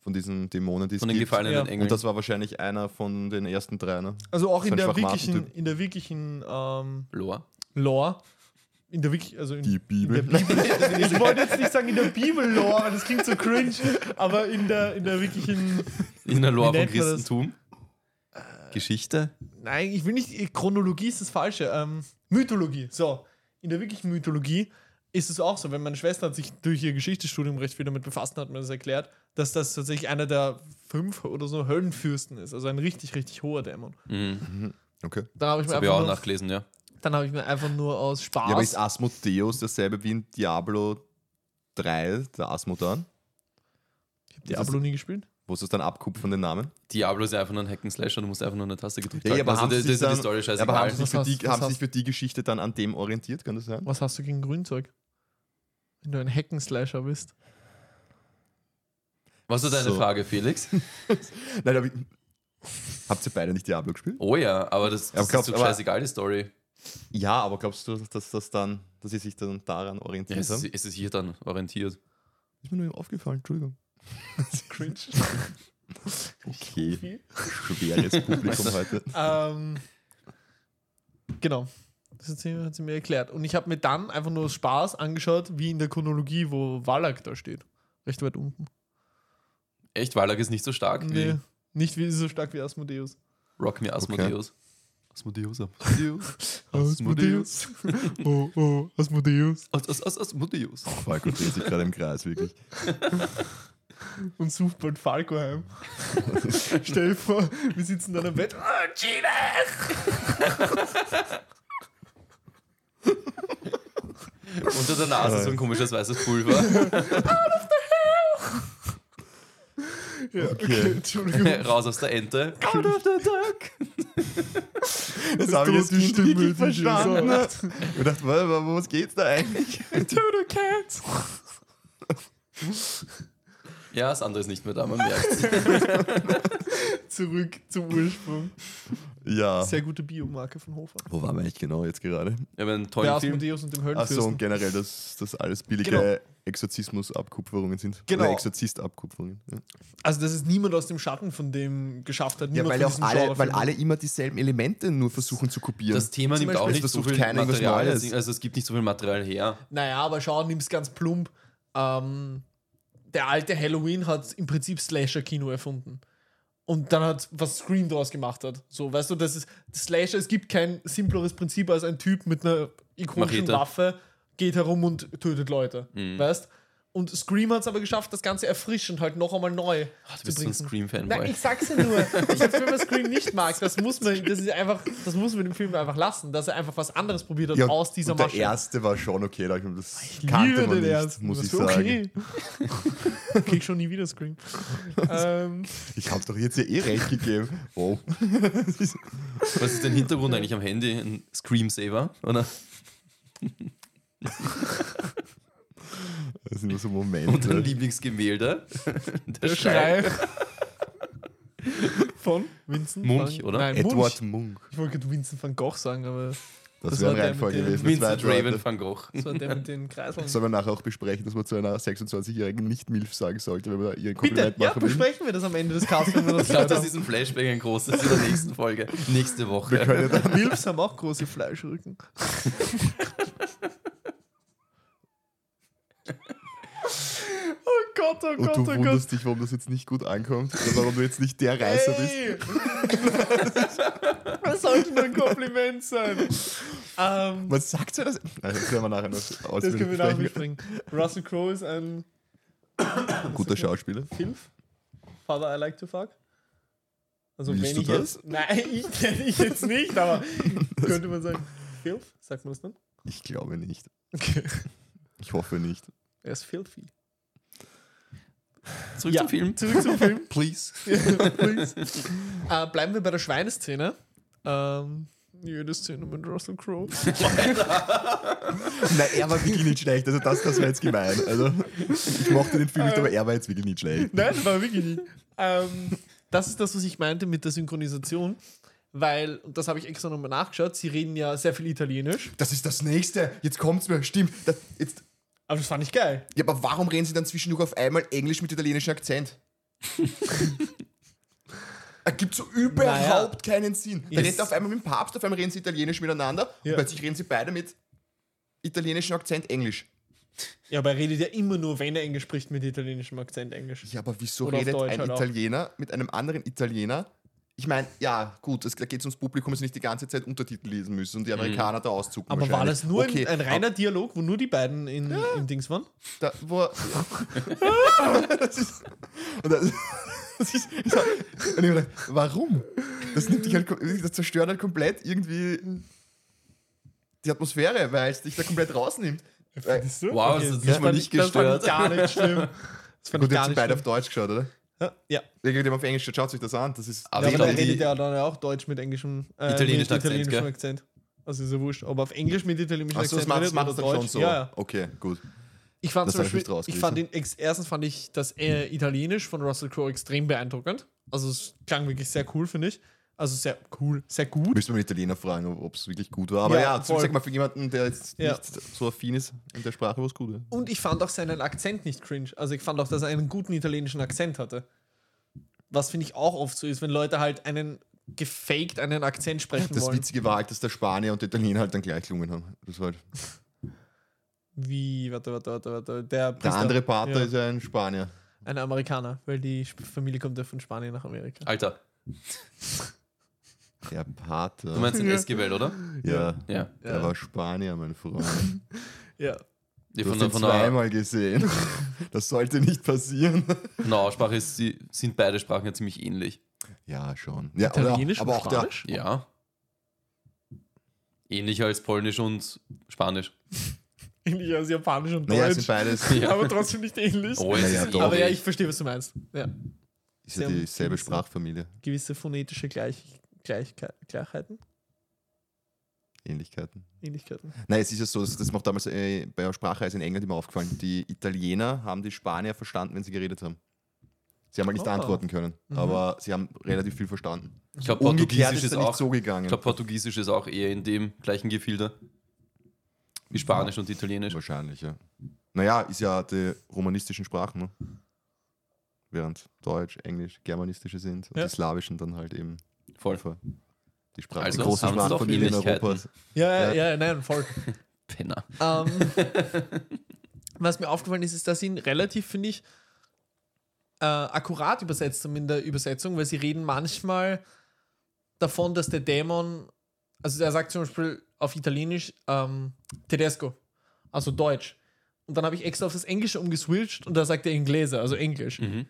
Speaker 2: Von diesen Dämonen, die es
Speaker 3: Von den
Speaker 2: gibt.
Speaker 3: gefallenen
Speaker 1: Ja.
Speaker 3: Engeln.
Speaker 2: Und das war wahrscheinlich einer von den ersten drei, ne?
Speaker 1: also auch
Speaker 2: so
Speaker 1: in
Speaker 2: ein
Speaker 1: der,
Speaker 2: Schwachmaten-Typ.
Speaker 1: wirklichen, in der wirklichen ähm,
Speaker 3: Lore.
Speaker 1: Lore, in der wirklich, also in,
Speaker 2: Die
Speaker 1: In
Speaker 2: Bibel.
Speaker 1: der Bibel. Ich wollte jetzt nicht sagen in der Bibel-Lore, weil das klingt so cringe, aber in der, in der wirklichen.
Speaker 3: In der Lore
Speaker 1: Wie
Speaker 3: vom
Speaker 1: nennt man das?
Speaker 3: Christentum.
Speaker 2: Äh,
Speaker 3: Geschichte.
Speaker 1: Nein, ich will nicht. Chronologie ist das Falsche. Ähm, Mythologie. So. In der wirklichen Mythologie ist es auch so, wenn meine Schwester hat sich durch ihr Geschichtsstudium recht viel damit befasst und hat mir das erklärt, dass das tatsächlich einer der fünf oder so Höllenfürsten ist. Also ein richtig, richtig hoher Dämon.
Speaker 3: Mhm.
Speaker 2: Okay.
Speaker 1: Dann habe ich,
Speaker 3: Das
Speaker 1: mir
Speaker 3: habe ich auch
Speaker 1: einfach nur-
Speaker 3: nachgelesen, ja.
Speaker 1: dann habe ich mir einfach nur aus Spaß.
Speaker 2: Ja, aber ist Asmodeus dasselbe wie in Diablo 3, der Asmodan?
Speaker 1: ich habe Diablo nie gespielt.
Speaker 2: Wo ist das dann abkupfern, den Namen?
Speaker 3: Diablo ist ja einfach nur ein Hack'n'Slash und du musst einfach nur eine Taste gedrückt
Speaker 2: Ja, ja, aber
Speaker 3: also,
Speaker 2: haben
Speaker 3: das
Speaker 2: sie
Speaker 3: das ist ja
Speaker 2: dann-
Speaker 3: die Story
Speaker 2: Ja, aber haben
Speaker 3: scheißegal.
Speaker 2: sie, sich für
Speaker 1: Was
Speaker 2: die,
Speaker 1: hast- was
Speaker 2: haben sie sich
Speaker 1: hast-
Speaker 2: für die Geschichte dann an dem orientiert, kann das sein?
Speaker 1: Was hast du gegen Grünzeug? Wenn du ein Hackenslasher bist.
Speaker 3: Was ist deine
Speaker 2: So.
Speaker 3: Frage, Felix?
Speaker 2: Nein, aber ich, habt ihr beide nicht Diablo gespielt?
Speaker 3: Oh ja, aber das,
Speaker 2: Aber
Speaker 3: das
Speaker 2: glaub-
Speaker 3: ist doch
Speaker 2: aber-
Speaker 3: scheißegal, die Story.
Speaker 2: Ja, aber glaubst du, dass das dann, dass sie sich dann daran
Speaker 3: Ja,
Speaker 2: orientiert
Speaker 3: es,
Speaker 2: haben?
Speaker 3: ist, es ist hier dann orientiert.
Speaker 2: Ist mir nur eben aufgefallen, Entschuldigung.
Speaker 1: Cringe.
Speaker 2: Okay, schweres Publikum heute.
Speaker 1: ähm, Genau. Das hat sie, hat sie mir erklärt. Und ich habe mir dann einfach nur aus Spaß angeschaut, wie in der Chronologie, wo Wallach da steht. Recht weit unten.
Speaker 3: Echt, Wallach ist nicht so stark
Speaker 1: Nee,
Speaker 3: wie
Speaker 1: nicht wie, so stark wie Asmodeus.
Speaker 3: Rock Me Asmodeus. Asmodeus. Asmodeus.
Speaker 1: oh, oh, Asmodeus.
Speaker 3: As, as, as, Asmodeus.
Speaker 2: Falco dreht sich gerade im Kreis, wirklich.
Speaker 1: Und sucht bald Falco heim. Stell dir vor, wir sitzen dann am Bett. Oh, Gina!
Speaker 3: Unter der Nase so ein komisches weißes Pulver.
Speaker 1: Ja, okay.
Speaker 2: Okay.
Speaker 1: Entschuldigung.
Speaker 3: Raus aus der Ente. Out of the duck.
Speaker 2: Das
Speaker 1: hab ich als Kind wirklich verstanden.
Speaker 2: Ich dachte, wa- wa- um was geht's da eigentlich?
Speaker 1: Total Cats.
Speaker 3: Ja, das andere ist nicht mehr da, man merkt
Speaker 1: Zurück zum Ursprung.
Speaker 2: Ja.
Speaker 1: Sehr gute Biomarke von Hofer.
Speaker 2: Wo waren wir eigentlich genau jetzt gerade?
Speaker 3: Ich habe einen
Speaker 1: Der
Speaker 3: tollen Film.
Speaker 1: Asmodeus und dem
Speaker 2: Achso, und
Speaker 1: Höllenfürsten.
Speaker 2: generell, dass das alles billige
Speaker 1: Genau.
Speaker 2: Exorzismus-Abkupferungen sind.
Speaker 1: Genau.
Speaker 2: Oder Exorzist-Abkupferungen. Ja,
Speaker 1: also, dass es niemand aus dem Schatten von dem geschafft hat.
Speaker 2: ja weil,
Speaker 1: niemand von
Speaker 2: auch
Speaker 1: diesem
Speaker 2: alle, weil
Speaker 1: Genrefilm.
Speaker 2: alle immer dieselben Elemente nur versuchen zu kopieren.
Speaker 3: Das Thema
Speaker 1: Zum
Speaker 3: nimmt auch
Speaker 1: Beispiel,
Speaker 3: nicht
Speaker 2: es
Speaker 3: so
Speaker 2: versucht
Speaker 3: viel
Speaker 2: keiner irgendwas
Speaker 3: Material.
Speaker 2: Neues.
Speaker 3: Also es gibt nicht so viel Material her.
Speaker 1: Naja, aber schau, nimm's ganz plump. Ähm, der alte Halloween hat im Prinzip Slasher-Kino erfunden. Und dann hat was Scream draus gemacht hat. So, weißt du, das ist das Slasher, es gibt kein simpleres Prinzip als ein Typ mit einer ikonischen
Speaker 3: Machete. Mhm.
Speaker 1: Waffe geht herum und tötet Leute. Weißt Und Scream hat es aber geschafft, das Ganze erfrischend halt noch einmal neu
Speaker 3: Ah, Du bist so ein
Speaker 1: Nein,
Speaker 3: Scream-Fanboy.
Speaker 1: ich sag's ja nur. Ich hab's, wenn man Scream nicht mag, das muss man, das ist einfach, das muss man dem Film einfach lassen, dass er einfach was anderes probiert hat
Speaker 2: Ja,
Speaker 1: aus dieser
Speaker 2: und der
Speaker 1: Masche. Ah,
Speaker 2: erste war schon okay, da- das
Speaker 1: Ich
Speaker 2: kannte
Speaker 1: liebe
Speaker 2: man
Speaker 1: den
Speaker 2: nicht,
Speaker 1: ersten.
Speaker 2: muss
Speaker 1: Das
Speaker 2: ich
Speaker 1: war
Speaker 2: sagen.
Speaker 1: Okay. Krieg schon nie wieder Scream. ähm,
Speaker 2: Ich hab's doch jetzt ja eh recht gegeben. Wow.
Speaker 3: Was ist denn Hintergrund eigentlich am Handy? Ein Scream-Saver, oder?
Speaker 2: Das sind nur so
Speaker 3: Und dein
Speaker 2: Momente.
Speaker 3: Lieblingsgemälde? Der,
Speaker 1: der Schrei. Von Vincent
Speaker 3: Munch,
Speaker 1: van,
Speaker 3: oder?
Speaker 1: Nein,
Speaker 2: Edward
Speaker 1: Edward. Munch.
Speaker 2: Munk.
Speaker 1: Ich wollte gerade Vincent van Gogh sagen, aber
Speaker 2: Das,
Speaker 1: Das
Speaker 2: wäre
Speaker 1: war der
Speaker 2: ein Reinfall
Speaker 1: mit äh, dem
Speaker 2: gewesen.
Speaker 3: Vincent
Speaker 2: zweite
Speaker 3: Raven
Speaker 2: Leute.
Speaker 3: van Gogh.
Speaker 1: das war der mit den Kreiseln.
Speaker 2: Sollen wir nachher auch besprechen, dass man zu einer 26-jährigen Nicht-Milf sagen sollte, wenn man da ihren
Speaker 1: Bitte,
Speaker 2: Kompliment
Speaker 1: ja,
Speaker 2: machen will?
Speaker 1: besprechen wir das am Ende des Casts, wenn wir das
Speaker 3: Ich glaube, das
Speaker 1: gehört
Speaker 3: ist ein Flashback ein großes in der nächsten Folge. Nächste
Speaker 2: Wir
Speaker 3: Woche.
Speaker 2: können dann
Speaker 1: haben. Milfs haben auch große Fleischrücken. oh Gott, oh
Speaker 2: Und
Speaker 1: Gott,
Speaker 2: du
Speaker 1: oh Gott.
Speaker 2: wunderst dich, warum das jetzt nicht gut ankommt oder warum du jetzt nicht der Reißer bist.
Speaker 1: Ey! Das sollte nur ein Kompliment sein. Ähm,
Speaker 2: Man sagt ja das. Nein, das werden wir nachher noch
Speaker 1: das können wir nachher
Speaker 2: ausführlich besprechen.
Speaker 1: besprechen. Russell Crowe ist ein
Speaker 2: Guter Schauspieler.
Speaker 1: Filf. Father I like to fuck. Also
Speaker 2: Willst
Speaker 1: wenn
Speaker 2: du
Speaker 1: ich
Speaker 2: das?
Speaker 1: jetzt. Nein, ich kenne ich jetzt nicht, aber könnte man sagen. Filf? Sagt man das dann?
Speaker 2: Ich glaube nicht.
Speaker 1: Okay.
Speaker 2: Ich hoffe nicht.
Speaker 1: Er ist filthy.
Speaker 3: Zurück
Speaker 1: Ja,
Speaker 3: zum Film.
Speaker 1: Zurück zum Film.
Speaker 3: Please.
Speaker 1: Please. äh, bleiben wir bei der Schweineszene. Ähm, jede Szene mit Russell Crowe.
Speaker 2: Nein, er war wirklich nicht schlecht. Also das, das war jetzt gemein. Also ich mochte den Film nicht, aber er war jetzt wirklich nicht schlecht.
Speaker 1: Nein, das war wirklich nicht. Ähm, das ist das, was ich meinte mit der Synchronisation, weil, und das habe ich extra nochmal nachgeschaut, sie reden ja sehr viel Italienisch.
Speaker 2: Das ist das Nächste. Jetzt kommt's mir. Stimmt. Das, jetzt,
Speaker 1: Aber das fand ich geil.
Speaker 2: ja, aber warum reden sie dann zwischendurch auf einmal Englisch mit italienischem Akzent? Ergibt so überhaupt keinen Sinn. Da
Speaker 1: Yes.
Speaker 2: redet auf einmal mit dem Papst, auf einmal reden sie italienisch miteinander
Speaker 1: Ja.
Speaker 2: und plötzlich reden sie beide mit italienischem Akzent Englisch.
Speaker 1: Ja, aber er redet ja immer nur, wenn er Englisch spricht, mit italienischem Akzent Englisch.
Speaker 2: Ja, aber wieso
Speaker 1: Oder auf
Speaker 2: redet
Speaker 1: Deutsch
Speaker 2: ein
Speaker 1: halt auch.
Speaker 2: Italiener mit einem anderen Italiener? Ich meine, ja, gut, es geht ums Publikum, dass sie nicht die ganze Zeit Untertitel lesen müssen und die Amerikaner da auszucken.
Speaker 1: Mhm. Aber war
Speaker 2: wahrscheinlich.
Speaker 1: das nur
Speaker 2: Okay,
Speaker 1: ein, ein
Speaker 3: Ah.
Speaker 1: reiner Dialog, wo nur die beiden in, im Dings waren?
Speaker 2: Da, wo, das ist, und das, das ist, ich sag, und ich mir gedacht, warum? Das nimmt dich halt, kom- das zerstört halt komplett irgendwie die Atmosphäre, weil es dich da komplett rausnimmt. Äh, Weil,
Speaker 1: Findest du?
Speaker 3: Wow, das hat mich mal
Speaker 1: fand
Speaker 3: nicht
Speaker 1: ich-
Speaker 3: gestört.
Speaker 1: Das fand ich gar nicht schlimm. Das
Speaker 2: gut,
Speaker 1: fand ich
Speaker 2: ihr
Speaker 1: gar
Speaker 2: habt
Speaker 1: nicht
Speaker 2: beide auf
Speaker 1: schlimm.
Speaker 2: Deutsch geschaut, oder?
Speaker 1: Ja,
Speaker 2: Irgendjemand auf Englisch, schaut, schaut euch das an. Das ist
Speaker 3: Aber
Speaker 1: ja
Speaker 3: ich
Speaker 1: aber er
Speaker 3: glaube, die-
Speaker 1: redet ja dann auch Deutsch mit englischem, äh, mit
Speaker 3: Italienischen Akzent,
Speaker 1: italienischem
Speaker 3: gell?
Speaker 1: Akzent. Also ist ja wurscht. Aber auf Englisch mit italienischem
Speaker 2: Achso, das
Speaker 1: Akzent
Speaker 2: macht, das macht das
Speaker 1: redet man
Speaker 2: dann
Speaker 1: oder
Speaker 2: schon
Speaker 1: Deutsch.
Speaker 2: so.
Speaker 1: Ja, ja.
Speaker 2: Okay, gut.
Speaker 1: Ich fand
Speaker 2: Das
Speaker 1: zum
Speaker 2: hab ich
Speaker 1: Beispiel,
Speaker 2: nicht rausgelesen.
Speaker 1: ich fand den, ex- erstens fand ich das äh, Italienisch von Russell Crowe extrem beeindruckend. Also es klang wirklich sehr cool, finde ich. Also sehr cool, sehr gut.
Speaker 2: Müssen wir den Italiener fragen, ob es wirklich gut war. Aber
Speaker 1: Ja,
Speaker 2: ja, ich
Speaker 1: voll.
Speaker 2: sag mal, für jemanden, der jetzt
Speaker 1: Ja.
Speaker 2: nicht so affin ist in der Sprache, war es gut. Ja.
Speaker 1: Und ich fand auch seinen Akzent nicht cringe. Also ich fand auch, dass er einen guten italienischen Akzent hatte. Was finde ich auch oft so ist, wenn Leute halt einen gefaked einen Akzent sprechen
Speaker 2: Das
Speaker 1: wollen.
Speaker 2: Witzige war halt, dass der Spanier und der Italiener halt dann gleich gelungen haben. Das war halt.
Speaker 1: Wie, warte, warte, warte, warte.
Speaker 2: Der
Speaker 1: Der, Priester-
Speaker 2: andere Pater
Speaker 1: ja,
Speaker 2: ist ja ein Spanier.
Speaker 1: ein Amerikaner, weil die Sp- Familie kommt ja von Spanien nach Amerika.
Speaker 3: Alter,
Speaker 2: Der Pater.
Speaker 3: du meinst den Esquivel, oder?
Speaker 2: ja,
Speaker 3: Ja.
Speaker 2: der
Speaker 1: Ja.
Speaker 2: war Spanier, mein Freund.
Speaker 1: Ja.
Speaker 3: Die
Speaker 2: Du
Speaker 3: von
Speaker 2: hast
Speaker 3: der,
Speaker 2: ihn
Speaker 3: von der,
Speaker 2: zweimal gesehen. Das sollte nicht passieren.
Speaker 3: von der Aussprache ist, sie, sind beide Sprachen ja ziemlich ähnlich.
Speaker 2: Ja, schon. Ja, oder,
Speaker 1: Italienisch
Speaker 2: aber
Speaker 1: und
Speaker 2: auch der,
Speaker 1: Spanisch?
Speaker 3: Ja. Ähnlicher als Polnisch und Spanisch.
Speaker 1: Ähnlich als Japanisch und
Speaker 2: naja, es sind
Speaker 1: Deutsch.
Speaker 2: beides.
Speaker 3: Ja.
Speaker 1: Aber trotzdem nicht ähnlich.
Speaker 3: Oh, es
Speaker 2: Naja,
Speaker 3: ist
Speaker 2: doch.
Speaker 1: aber ja,
Speaker 3: ähnlich.
Speaker 1: ich verstehe, was du meinst. Ja.
Speaker 2: Ist ja
Speaker 1: Sie haben
Speaker 2: dieselbe
Speaker 1: gewisse-
Speaker 2: Sprachfamilie.
Speaker 1: Gewisse phonetische Gleich Gleich Gleichheiten,
Speaker 2: Ähnlichkeiten.
Speaker 1: Ähnlichkeiten.
Speaker 2: Nein, es ist ja so, das das ist mir auch damals äh, bei einer Sprachreise in England immer aufgefallen. Die Italiener haben die Spanier verstanden, wenn sie geredet haben. Sie haben halt nicht
Speaker 1: Oh.
Speaker 2: antworten können, aber sie haben relativ viel verstanden.
Speaker 3: Ich glaube,
Speaker 2: Umgekehrt
Speaker 3: Portugiesisch
Speaker 2: ist
Speaker 3: ist
Speaker 2: es nicht
Speaker 3: auch
Speaker 2: so gegangen.
Speaker 3: Ich glaube, Portugiesisch ist auch eher in dem gleichen Gefilde wie Spanisch und Italienisch.
Speaker 2: Wahrscheinlich, ja. Naja, ist ja die romanistischen Sprachen, ne? Während Deutsch, Englisch, Germanistische sind und
Speaker 1: Ja.
Speaker 2: die slawischen dann halt eben
Speaker 3: Voll.
Speaker 2: für die Sprache.
Speaker 3: Also
Speaker 2: die große
Speaker 3: haben sie doch
Speaker 2: Sprachfamilie in
Speaker 3: Ähnlichkeiten.
Speaker 2: Europas.
Speaker 1: Ja, ja, ja, nein, voll.
Speaker 3: Penner.
Speaker 1: ähm, was mir aufgefallen ist, ist, dass sie ihn relativ, finde ich, äh, akkurat übersetzt haben in der Übersetzung, weil sie reden manchmal davon, dass der Dämon, also er sagt zum Beispiel auf Italienisch ähm, Tedesco, also Deutsch. Und dann habe ich extra auf das Englische umgeswitcht und da sagt er Inglese, also Englisch.
Speaker 3: Mhm.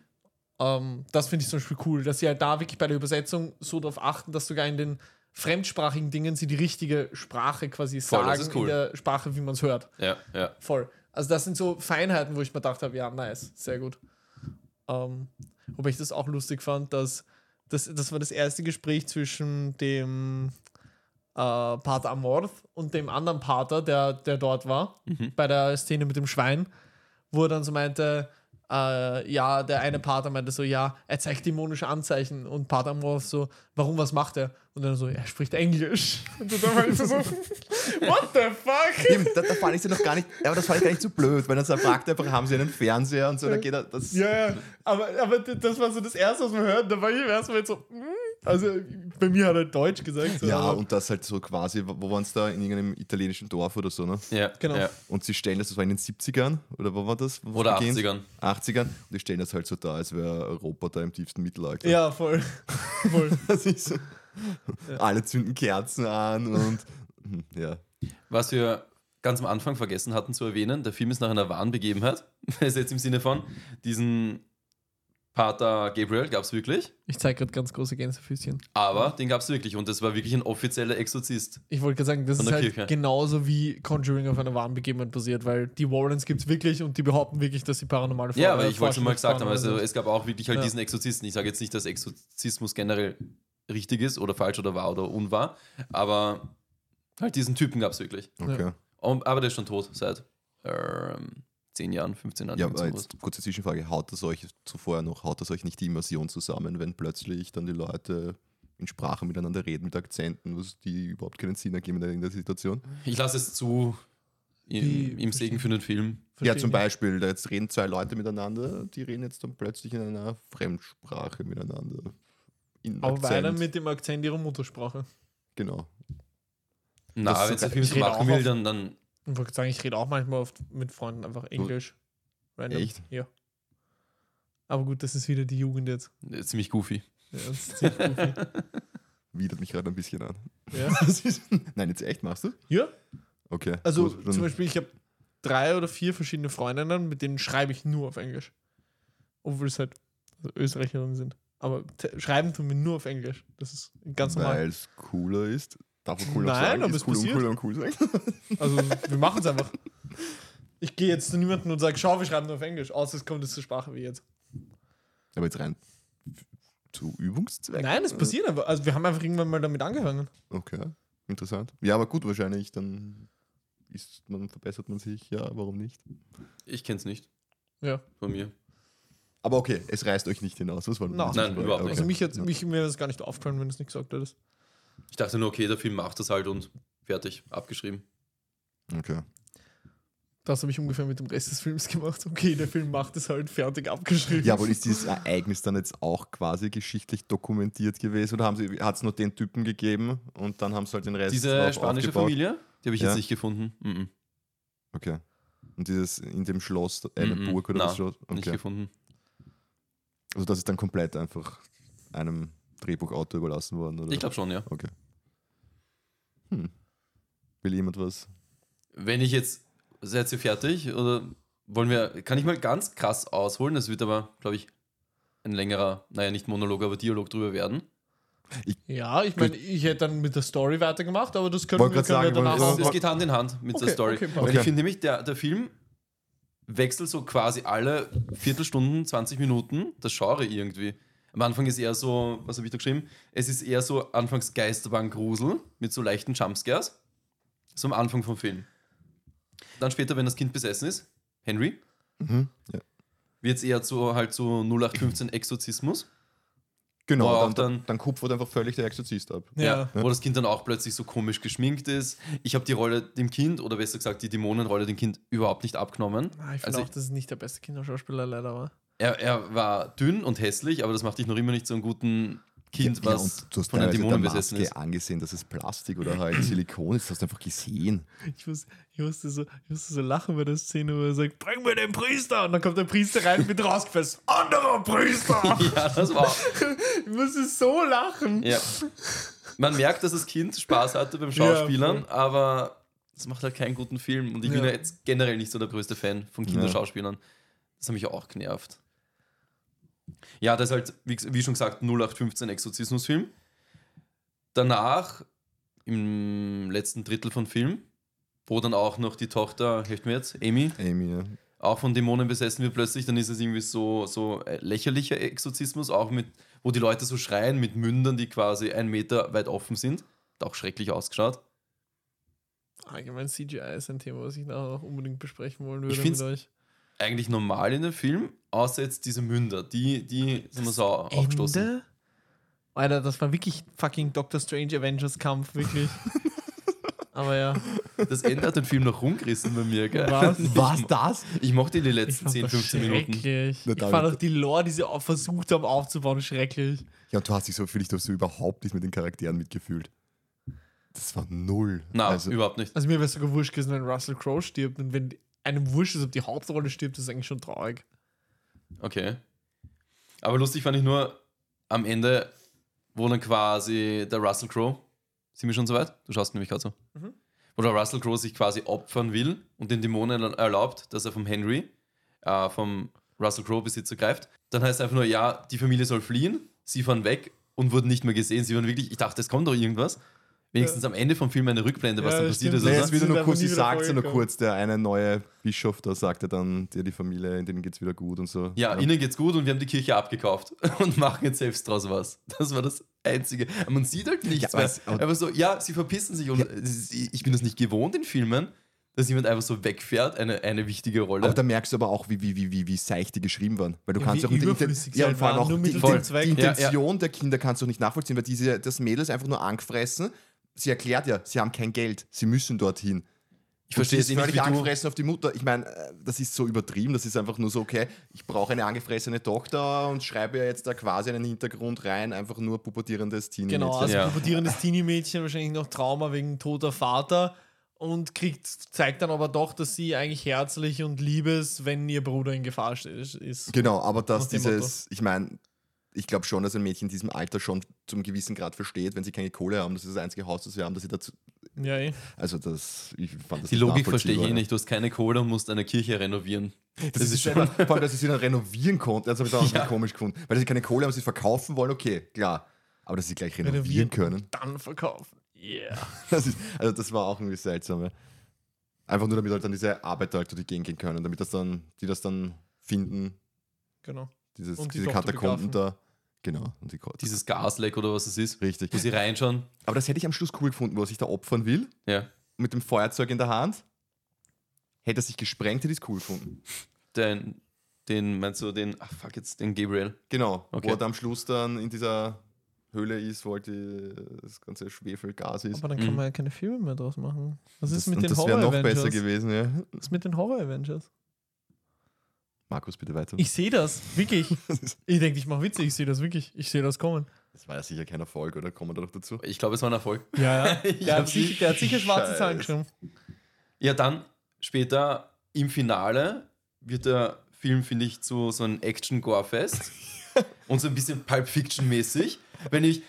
Speaker 1: Ähm, das finde ich zum Beispiel cool, dass sie halt da wirklich bei der Übersetzung so darauf achten, dass sogar in den fremdsprachigen Dingen sie die richtige Sprache quasi
Speaker 3: Voll, das
Speaker 1: sagen,
Speaker 3: ist cool.
Speaker 1: in der Sprache, wie man es hört.
Speaker 3: Ja, ja.
Speaker 1: Voll. Also das sind so Feinheiten, wo ich mir gedacht habe, ja, nice, sehr gut. Ähm, wobei ich das auch lustig fand, dass das, das war das erste Gespräch zwischen dem äh, Pater Amorth und dem anderen Pater, der, der dort war, bei der Szene mit dem Schwein, wo er dann so meinte, äh, ja, der eine Pater meinte so, ja, er zeigt dämonische Anzeichen und Pater Amorth so, warum, was macht er? Und dann so, er spricht Englisch. Und dann war ich so, what the fuck?
Speaker 2: Eben, da, da fand ich sie noch gar nicht, aber das fand ich gar nicht so blöd, weil dann so fragt einfach, haben sie einen Fernseher und so, dann geht er, das
Speaker 1: Ja, ja. Aber, aber d- das war so das Erste, was man hört. Da war ich im ersten Moment so, mm. also bei mir hat er Deutsch gesagt. So,
Speaker 2: Ja,
Speaker 1: aber-
Speaker 2: und das halt so quasi, wo waren es da? In irgendeinem italienischen Dorf oder so, ne?
Speaker 3: ja
Speaker 1: Genau.
Speaker 3: Ja.
Speaker 2: Und sie stellen das, das war in den 70ern, oder wo war das? Wo
Speaker 3: Oder
Speaker 2: beginnt's?
Speaker 3: 80ern.
Speaker 2: 80ern. Und die stellen das halt so da, als wäre Europa da im tiefsten Mittelalter.
Speaker 1: ja, voll. voll.
Speaker 2: Das ist so. Alle zünden Kerzen an und hm, ja.
Speaker 3: Was wir ganz am Anfang vergessen hatten zu erwähnen, der Film ist nach einer wahren Begebenheit. Also jetzt im Sinne von, diesen Pater Gabriel gab es wirklich,
Speaker 1: Ich zeige gerade ganz große Gänsefüßchen.
Speaker 3: aber den gab es wirklich und das war wirklich ein offizieller Exorzist.
Speaker 1: Ich wollte gerade sagen, das
Speaker 3: Von
Speaker 1: ist
Speaker 3: der
Speaker 1: halt
Speaker 3: Kirche.
Speaker 1: genauso wie Conjuring auf einer wahren Begebenheit basiert, weil die Warrens gibt es wirklich und die behaupten wirklich, dass sie paranormale
Speaker 3: Ja, aber
Speaker 1: Vor-
Speaker 3: ich wollte schon mal gesagt haben,
Speaker 1: Vorstellungsformen
Speaker 3: also
Speaker 1: sind.
Speaker 3: es gab auch wirklich halt
Speaker 1: Ja.
Speaker 3: diesen Exorzisten. Ich sage jetzt nicht, dass Exorzismus generell richtig ist oder falsch oder wahr oder unwahr, aber halt diesen Typen gab es wirklich.
Speaker 2: Okay.
Speaker 3: Und, aber der ist schon tot seit ähm, 10 Jahren, 15 Jahren.
Speaker 2: Ja,
Speaker 3: irgend
Speaker 2: aber
Speaker 3: sowas.
Speaker 2: jetzt kurze Zwischenfrage. Haut das euch zuvor noch, haut das euch nicht die Immersion zusammen, wenn plötzlich dann die Leute in Sprache miteinander reden, mit Akzenten, was die überhaupt keinen Sinn ergeben in der Situation?
Speaker 3: ich lasse es zu
Speaker 1: Die
Speaker 3: im, im Segen
Speaker 1: verstehen.
Speaker 3: für den Film.
Speaker 2: Ja, zum
Speaker 1: Verstehe
Speaker 2: Beispiel, da jetzt reden zwei Leute miteinander, die reden jetzt dann plötzlich in einer Fremdsprache miteinander. In
Speaker 1: nicht. Aber weiter
Speaker 2: Akzent.
Speaker 1: mit dem Akzent ihrer Muttersprache.
Speaker 2: Genau.
Speaker 3: Na,
Speaker 2: Das
Speaker 3: aber
Speaker 2: ist
Speaker 3: wenn
Speaker 2: sogar-
Speaker 3: der Film
Speaker 1: ich
Speaker 3: so
Speaker 1: rede
Speaker 3: machen
Speaker 1: auch
Speaker 3: will,
Speaker 1: auf-
Speaker 3: dann, dann
Speaker 1: Ich wollte sagen, ich rede auch manchmal oft mit Freunden einfach Englisch. Random.
Speaker 2: Echt?
Speaker 1: Ja. Aber gut, das ist wieder die Jugend jetzt.
Speaker 3: äh, ziemlich goofy.
Speaker 1: Ja, das ist ziemlich goofy.
Speaker 2: Widert mich gerade ein bisschen an.
Speaker 1: ja.
Speaker 2: Das ist- Nein, jetzt echt, machst du?
Speaker 1: Also, ja,
Speaker 2: Okay.
Speaker 1: also
Speaker 2: gut, dann-
Speaker 1: zum Beispiel, ich habe drei oder vier verschiedene Freundinnen, mit denen schreibe ich nur auf Englisch. Obwohl es halt also Österreicherinnen sind. Aber te- schreiben tun wir nur auf Englisch. Das ist ganz normal.
Speaker 2: Weil es cooler ist. Darf man cool noch
Speaker 1: Nein,
Speaker 2: sagen?
Speaker 1: aber
Speaker 2: ist
Speaker 1: es
Speaker 2: cool,
Speaker 1: passiert.
Speaker 2: uncool und cool sagen?
Speaker 1: Also wir machen es einfach. Ich gehe jetzt zu niemandem und sage, schau, wir schreiben nur auf Englisch. Außer es kommt jetzt zur Sprache wie jetzt.
Speaker 2: Aber jetzt rein zu Übungszwecken.
Speaker 1: Nein, es passiert einfach. Also wir haben einfach irgendwann mal damit angefangen.
Speaker 2: Okay, interessant. Ja, aber gut, wahrscheinlich, dann ist man, verbessert man sich, ja, warum nicht?
Speaker 3: Ich kenne es nicht
Speaker 1: Ja.
Speaker 3: von mir.
Speaker 2: Aber okay, es reißt euch nicht hinaus, was wollen wir
Speaker 1: Nein.
Speaker 2: nicht
Speaker 3: Nein,
Speaker 2: sagen?
Speaker 3: überhaupt nicht.
Speaker 1: Also mich jetzt,
Speaker 2: Ja.
Speaker 1: mich, mir wäre das gar nicht aufgefallen, wenn du es nicht gesagt hättest.
Speaker 3: Ich dachte nur, okay, der Film macht das halt und fertig, abgeschrieben.
Speaker 2: Okay.
Speaker 1: Das habe ich ungefähr mit dem Rest des Films gemacht. Okay, der Film macht es halt fertig abgeschrieben.
Speaker 2: Ja, aber ist dieses Ereignis dann jetzt auch quasi geschichtlich dokumentiert gewesen oder hat es nur den Typen gegeben und dann haben sie halt den Rest
Speaker 3: Diese
Speaker 2: drauf
Speaker 3: spanische
Speaker 2: aufgebaut?
Speaker 3: Familie, die habe ich
Speaker 2: Ja.
Speaker 3: jetzt nicht gefunden. Mhm.
Speaker 2: Okay. Und dieses in dem Schloss, äh, in der
Speaker 3: Mhm.
Speaker 2: Burg oder
Speaker 3: Na,
Speaker 2: das Schloss?
Speaker 3: Nicht
Speaker 2: Okay.
Speaker 3: gefunden.
Speaker 2: Also das ist dann komplett einfach einem Drehbuchautor überlassen worden, oder?
Speaker 3: Ich glaube schon, ja.
Speaker 2: Okay. Hm. Will jemand was?
Speaker 3: Wenn ich jetzt, seid ihr fertig? Oder wollen wir, kann ich mal ganz krass ausholen? Das wird aber, glaube ich, ein längerer, naja, nicht Monolog, aber Dialog drüber werden.
Speaker 1: Ja, ich meine, ich hätte dann mit der Story weitergemacht, aber das können,
Speaker 2: Wollt
Speaker 1: wir, können
Speaker 2: grad
Speaker 1: wir
Speaker 2: sagen, wollen
Speaker 1: danach
Speaker 2: wir-
Speaker 3: Das,
Speaker 1: machen.
Speaker 3: das geht Hand in Hand mit
Speaker 1: Okay,
Speaker 3: der Story.
Speaker 1: okay, passt.
Speaker 3: Weil
Speaker 2: Okay.
Speaker 3: ich finde nämlich, der, der Film wechselt so quasi alle Viertelstunden, 20 Minuten das Genre irgendwie. Am Anfang ist eher so, was habe ich da geschrieben? Es ist eher so anfangs Geisterbahngrusel mit so leichten Jumpscares. So am Anfang vom Film. Dann später, wenn das Kind besessen ist, Henry,
Speaker 2: Mhm. Ja.
Speaker 3: wird es eher zu halt so 0815 Exorzismus,
Speaker 2: Genau,
Speaker 3: Wo
Speaker 2: dann,
Speaker 3: auch
Speaker 2: dann,
Speaker 3: dann-
Speaker 2: dann kupfert einfach völlig der Exorzist ab.
Speaker 1: Ja.
Speaker 3: ja. wo das Kind dann auch plötzlich so komisch geschminkt ist. Ich habe die Rolle dem Kind, oder besser gesagt die Dämonenrolle dem Kind überhaupt nicht abgenommen.
Speaker 1: Ah, ich finde
Speaker 3: Also
Speaker 1: auch, dass es nicht der beste Kinderschauspieler leider war.
Speaker 3: Er, er war dünn und hässlich, aber das macht dich noch immer nicht so einen guten Kind,
Speaker 2: Ja,
Speaker 3: was
Speaker 2: und du hast
Speaker 3: von den
Speaker 2: teilweise
Speaker 3: Dämonen
Speaker 2: der
Speaker 3: besessen
Speaker 2: Maske
Speaker 3: ist.
Speaker 2: angesehen, dass es Plastik oder halt Silikon ist, das hast du einfach gesehen.
Speaker 1: Ich musste, ich, musste so, ich musste so lachen bei der Szene, wo er sagt, bring mir den Priester! Und dann kommt der Priester rein mit rausgefasst. Anderer Priester!
Speaker 3: Ja, das war.
Speaker 1: ich musste so lachen.
Speaker 3: Ja. Man merkt, dass das Kind Spaß hatte beim
Speaker 1: Ja,
Speaker 3: Schauspielern, aber es macht halt keinen guten Film. Und ich bin
Speaker 1: Ja.
Speaker 3: ja jetzt generell nicht so der größte Fan von Kinderschauspielern. Das hat mich auch genervt. Ja, das ist halt, wie, wie schon gesagt, 0815 Exorzismusfilm. Danach, im letzten Drittel von Film, wo dann auch noch die Tochter, hilft mir jetzt, Amy,
Speaker 2: Amy, ja.
Speaker 3: auch von Dämonen besessen wird plötzlich, dann ist es irgendwie so, so äh, lächerlicher Exorzismus, auch mit, wo die Leute so schreien mit Mündern, die quasi einen Meter weit offen sind. Hat auch schrecklich ausgeschaut.
Speaker 1: Allgemein CGI ist ein Thema, was ich nachher noch unbedingt besprechen wollen würde
Speaker 3: Ich
Speaker 1: mit
Speaker 3: find's-
Speaker 1: euch.
Speaker 3: Eigentlich normal in dem Film, außer jetzt diese Münder, die, die sind wir so aufgestoßen.
Speaker 1: Ende? Alter, das war wirklich fucking Doctor Strange Avengers Kampf, wirklich. Aber ja,
Speaker 3: Das Ende hat den Film noch rumgerissen bei mir, gell?
Speaker 1: Was?
Speaker 3: Ich,
Speaker 2: Was das?
Speaker 3: ich mochte die letzten
Speaker 1: fand
Speaker 3: 10,
Speaker 1: das
Speaker 3: 15 Minuten.
Speaker 1: schrecklich.
Speaker 2: Na,
Speaker 1: ich
Speaker 2: David.
Speaker 1: fand auch die Lore, die sie auch versucht haben aufzubauen, schrecklich.
Speaker 2: Ja, und du hast dich so fühlt, dass du überhaupt nicht mit den Charakteren mitgefühlt. Das war null.
Speaker 3: Na,
Speaker 2: also,
Speaker 3: überhaupt nicht.
Speaker 1: Also mir wäre sogar wurscht gewesen, wenn Russell Crowe stirbt. Und wenn einem wurscht ist, ob die Hauptrolle stirbt, ist eigentlich schon traurig.
Speaker 3: Okay. Aber lustig fand ich nur am Ende, wo dann quasi der Russell Crowe, sind wir schon soweit? Du schaust nämlich gerade so.
Speaker 1: Mhm.
Speaker 3: Wo der Russell Crowe sich quasi opfern will und den Dämonen dann erlaubt, dass er vom Henry, äh, vom Russell Crowe-Besitzer greift. Dann heißt es einfach nur, ja, die Familie soll fliehen, sie fahren weg und wurden nicht mehr gesehen. Sie waren wirklich, ich dachte, es kommt doch irgendwas. Wenigstens am Ende vom Film eine Rückblende, was
Speaker 1: Ja,
Speaker 3: dann
Speaker 1: das
Speaker 3: passiert
Speaker 1: stimmt.
Speaker 2: nee,
Speaker 3: ist.
Speaker 1: also-
Speaker 2: jetzt wieder
Speaker 1: Sie sind
Speaker 2: nur kurz,
Speaker 1: einfach nie
Speaker 2: sie
Speaker 1: wieder
Speaker 2: sagt ja nur
Speaker 1: vorgekommen.
Speaker 2: kurz, der eine neue Bischof da sagte dann, der die Familie, in denen geht's wieder gut und so.
Speaker 3: Ja, ihnen geht's gut und wir haben die Kirche abgekauft und machen jetzt selbst draus was. Das war das Einzige. Man sieht halt nichts
Speaker 2: Ja,
Speaker 3: mehr.
Speaker 2: was- aber-
Speaker 3: Aber so, ja, sie verpissen sich. Und es ist- ich bin das nicht gewohnt in Filmen, dass jemand einfach so wegfährt, eine, eine wichtige Rolle.
Speaker 2: Aber da merkst du aber auch, wie, wie, wie, wie, wie seicht die geschrieben waren. Weil du
Speaker 1: Ja,
Speaker 2: kannst
Speaker 1: wie
Speaker 2: auch mit der
Speaker 1: überflüssig
Speaker 2: Inten- ja,
Speaker 1: sie
Speaker 2: und vor allem
Speaker 1: waren,
Speaker 2: auch
Speaker 1: nur
Speaker 2: die,
Speaker 1: mit
Speaker 2: die,
Speaker 1: dem
Speaker 2: die
Speaker 1: Zweck.
Speaker 3: Ja, ja.
Speaker 2: Intention der Kinder kannst du nicht nachvollziehen, weil diese, das Mädel ist einfach nur angefressen. Sie erklärt ja, sie haben kein Geld, sie müssen dorthin.
Speaker 3: ich verstehe es
Speaker 2: Sie ist
Speaker 3: nicht, wie
Speaker 2: völlig
Speaker 3: du,
Speaker 2: angefressen auf die Mutter. Ich meine, äh, das ist so übertrieben, das ist einfach nur so, okay, ich brauche eine angefressene Tochter und schreibe ja jetzt da quasi einen Hintergrund rein, einfach nur pubertierendes Teenie.
Speaker 1: Genau,
Speaker 2: Mädchen.
Speaker 1: also
Speaker 3: Ja.
Speaker 1: pubertierendes Teenie-Mädchen, wahrscheinlich noch Trauma wegen toter Vater und kriegt, zeigt dann aber doch, dass sie eigentlich herzlich und lieb ist, wenn ihr Bruder in Gefahr ste- ist.
Speaker 2: Genau, aber dass
Speaker 1: Nach dem
Speaker 2: dieses, ich meine, ich glaube schon, dass ein Mädchen in diesem Alter schon zum gewissen Grad versteht, wenn sie keine Kohle haben, das ist das einzige Haus, das wir haben, dass sie dazu.
Speaker 1: Ja, eh.
Speaker 2: Also das, ich fand das
Speaker 3: die
Speaker 2: nicht
Speaker 3: Logik verstehe ich
Speaker 2: nachvollziehbar,
Speaker 3: eh
Speaker 2: ja.
Speaker 3: nicht. Du hast keine Kohle und musst eine Kirche renovieren.
Speaker 2: Das, ist, schon. Einfach, vor allem, dass sie sie dann renovieren konnten, das habe ich dann auch ein bisschen komisch gefunden. Weil sie keine Kohle haben, sie verkaufen wollen, okay, klar. Aber dass sie gleich renovieren
Speaker 1: Renovieren.
Speaker 2: können,
Speaker 1: Dann verkaufen. Yeah.
Speaker 2: das ist, also das war auch irgendwie seltsam. ja. Einfach nur, damit halt dann diese Arbeiter halt durch die Gegend gehen können, damit das dann, die das dann finden,
Speaker 1: Genau.
Speaker 2: dieses,
Speaker 1: Und die
Speaker 2: diese
Speaker 1: Tochter
Speaker 2: Katakomben
Speaker 1: begraben.
Speaker 2: da. Genau, und die Ko-
Speaker 3: Dieses Gasleck oder was es ist,
Speaker 2: Richtig.
Speaker 3: wo sie reinschauen.
Speaker 2: Aber das hätte ich am Schluss cool gefunden, wo er sich da opfern will,
Speaker 3: Ja.
Speaker 2: mit dem Feuerzeug in der Hand. Hätte er sich gesprengt, hätte ich es cool gefunden.
Speaker 3: Den, den, meinst du, den, ach fuck, jetzt den Gabriel.
Speaker 2: Genau.
Speaker 3: Okay.
Speaker 2: Wo er da am Schluss dann in dieser Höhle ist, wo halt die, das ganze Schwefelgas ist.
Speaker 1: Aber dann kann
Speaker 3: Mhm.
Speaker 1: man ja keine Filme mehr draus machen. Was ist mit
Speaker 2: und
Speaker 1: den
Speaker 2: das wäre noch besser
Speaker 1: Horror-Avengers?
Speaker 2: gewesen, ja.
Speaker 1: Was ist mit den Horror-Avengers?
Speaker 2: Markus, bitte weiter.
Speaker 1: Ich sehe das, wirklich. Ich denke, ich mache Witze, ich sehe das wirklich. Ich sehe das kommen.
Speaker 2: Das war ja sicher kein Erfolg, oder? Kommen wir da noch dazu?
Speaker 3: Ich glaube, es war ein Erfolg.
Speaker 1: Ja, ja. Oh
Speaker 3: Ich
Speaker 1: Der, hat
Speaker 3: hab sie-
Speaker 1: sicher, der hat sicher schwarze Zahlen
Speaker 2: Scheiße.
Speaker 1: geschrieben.
Speaker 3: Ja, dann später im Finale wird der Film, finde ich, zu so einem Action-Gore-Fest und so ein bisschen Pulp Fiction-mäßig. Wenn ich.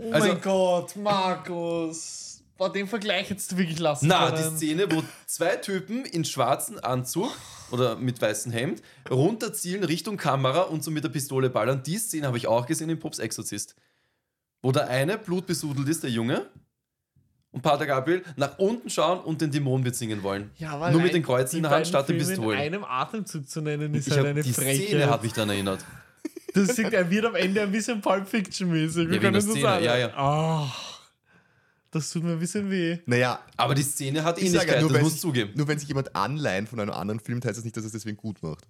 Speaker 1: Oh
Speaker 3: Also-
Speaker 1: mein Gott, Markus. Bei dem Vergleich hättest du wirklich lassen
Speaker 3: Na, die
Speaker 1: können.
Speaker 3: Szene, wo zwei Typen in schwarzen Anzug oder mit weißem Hemd runterzielen Richtung Kamera und so mit der Pistole ballern. Die Szene habe ich auch gesehen in Pops Exorzist. Wo der eine blutbesudelt ist, der Junge, und Pater Gabriel nach unten schauen und den Dämon bezingen wollen.
Speaker 1: Ja, aber
Speaker 3: Nur
Speaker 1: allein
Speaker 3: mit den Kreuzen
Speaker 1: die
Speaker 3: in der Hand
Speaker 1: beiden
Speaker 3: statt den
Speaker 1: Filme
Speaker 3: Pistolen.
Speaker 1: In einem Atemzug zu nennen, ist
Speaker 3: Ich
Speaker 1: halt
Speaker 3: hab-
Speaker 1: eine
Speaker 3: die Szene
Speaker 1: Frechheit.
Speaker 3: hat mich dann erinnert.
Speaker 1: Das sieht, er wird am Ende ein bisschen Pulp Fiction-mäßig. Wir
Speaker 3: wegen
Speaker 1: können
Speaker 3: der
Speaker 1: so
Speaker 3: Szene,
Speaker 1: sagen.
Speaker 3: ja, ja.
Speaker 1: Ach, das tut mir ein bisschen weh.
Speaker 2: Naja,
Speaker 3: Aber die Szene hat
Speaker 2: ich sage
Speaker 3: Ähnlichkeit,
Speaker 2: ja, nur,
Speaker 3: das
Speaker 2: wenn
Speaker 3: muss
Speaker 2: sich-
Speaker 3: zugeben.
Speaker 2: nur wenn sich jemand anleihen von einem anderen Film, heißt das nicht, dass es deswegen gut macht.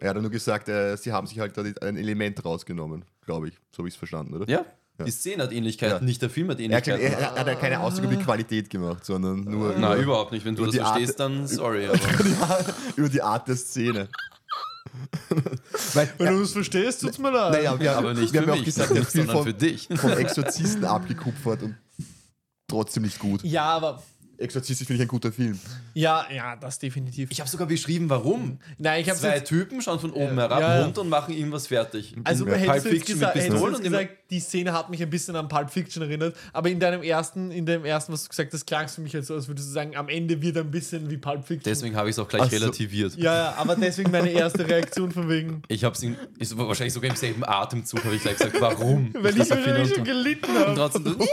Speaker 2: Er hat ja nur gesagt, äh, sie haben sich halt da die- ein Element rausgenommen, glaube ich. So habe ich es verstanden, oder?
Speaker 3: Ja, die Szene hat Ähnlichkeit,
Speaker 2: Ja.
Speaker 3: nicht der Film hat
Speaker 2: Er, hat
Speaker 3: Ähnlichkeit.
Speaker 2: gesagt, er, er hat ja keine Aussage über die Qualität gemacht, sondern nur
Speaker 3: Na,
Speaker 2: über,
Speaker 3: überhaupt nicht. Wenn du
Speaker 2: Nur
Speaker 3: das
Speaker 2: die Art-
Speaker 3: verstehst, dann sorry. Aber.
Speaker 2: die Art, über die Art der Szene. Weil,
Speaker 1: Wenn du es verstehst, tut's mir leid.
Speaker 2: naja, wir,
Speaker 3: Aber nicht
Speaker 2: wir
Speaker 3: für
Speaker 2: haben ja
Speaker 3: mich,
Speaker 2: auch gesagt, er hat viel
Speaker 3: sondern für
Speaker 2: vom,
Speaker 3: dich.
Speaker 2: vom Exorzisten abgekupfert und trotzdem nicht gut.
Speaker 1: ja, aber.
Speaker 2: Exorzist finde ich ein guter Film.
Speaker 1: Ja, ja, das definitiv.
Speaker 3: Ich habe sogar beschrieben, warum.
Speaker 1: Nein, ich hab's
Speaker 3: Zwei
Speaker 1: jetzt-
Speaker 3: Typen schauen von oben
Speaker 1: Ja.
Speaker 3: herab
Speaker 1: Ja, ja.
Speaker 3: runter und machen irgendwas fertig.
Speaker 1: Also
Speaker 2: Ja.
Speaker 1: hättest du
Speaker 3: Pulp
Speaker 1: jetzt
Speaker 3: Fiction
Speaker 1: gesagt,
Speaker 3: mit
Speaker 1: hättest du
Speaker 3: Pistolen
Speaker 1: jetzt
Speaker 3: und immer-
Speaker 1: gesagt, die Szene hat mich ein bisschen an Pulp Fiction erinnert, aber in deinem ersten, in dem ersten, was du gesagt hast, klang es für mich halt so, als würdest du sagen, am Ende wird ein bisschen wie Pulp Fiction.
Speaker 3: Deswegen habe ich es auch gleich
Speaker 2: Ach so.
Speaker 3: relativiert.
Speaker 1: Ja, ja, aber deswegen meine erste Reaktion von wegen.
Speaker 3: Ich habe es ist wahrscheinlich sogar im selben Atemzug habe ich gleich gesagt, warum?
Speaker 1: Weil ich,
Speaker 3: das
Speaker 1: mir
Speaker 3: erfinde
Speaker 1: nämlich schon
Speaker 3: und-
Speaker 1: gelitten
Speaker 3: und
Speaker 1: habe.
Speaker 3: trotzdem du-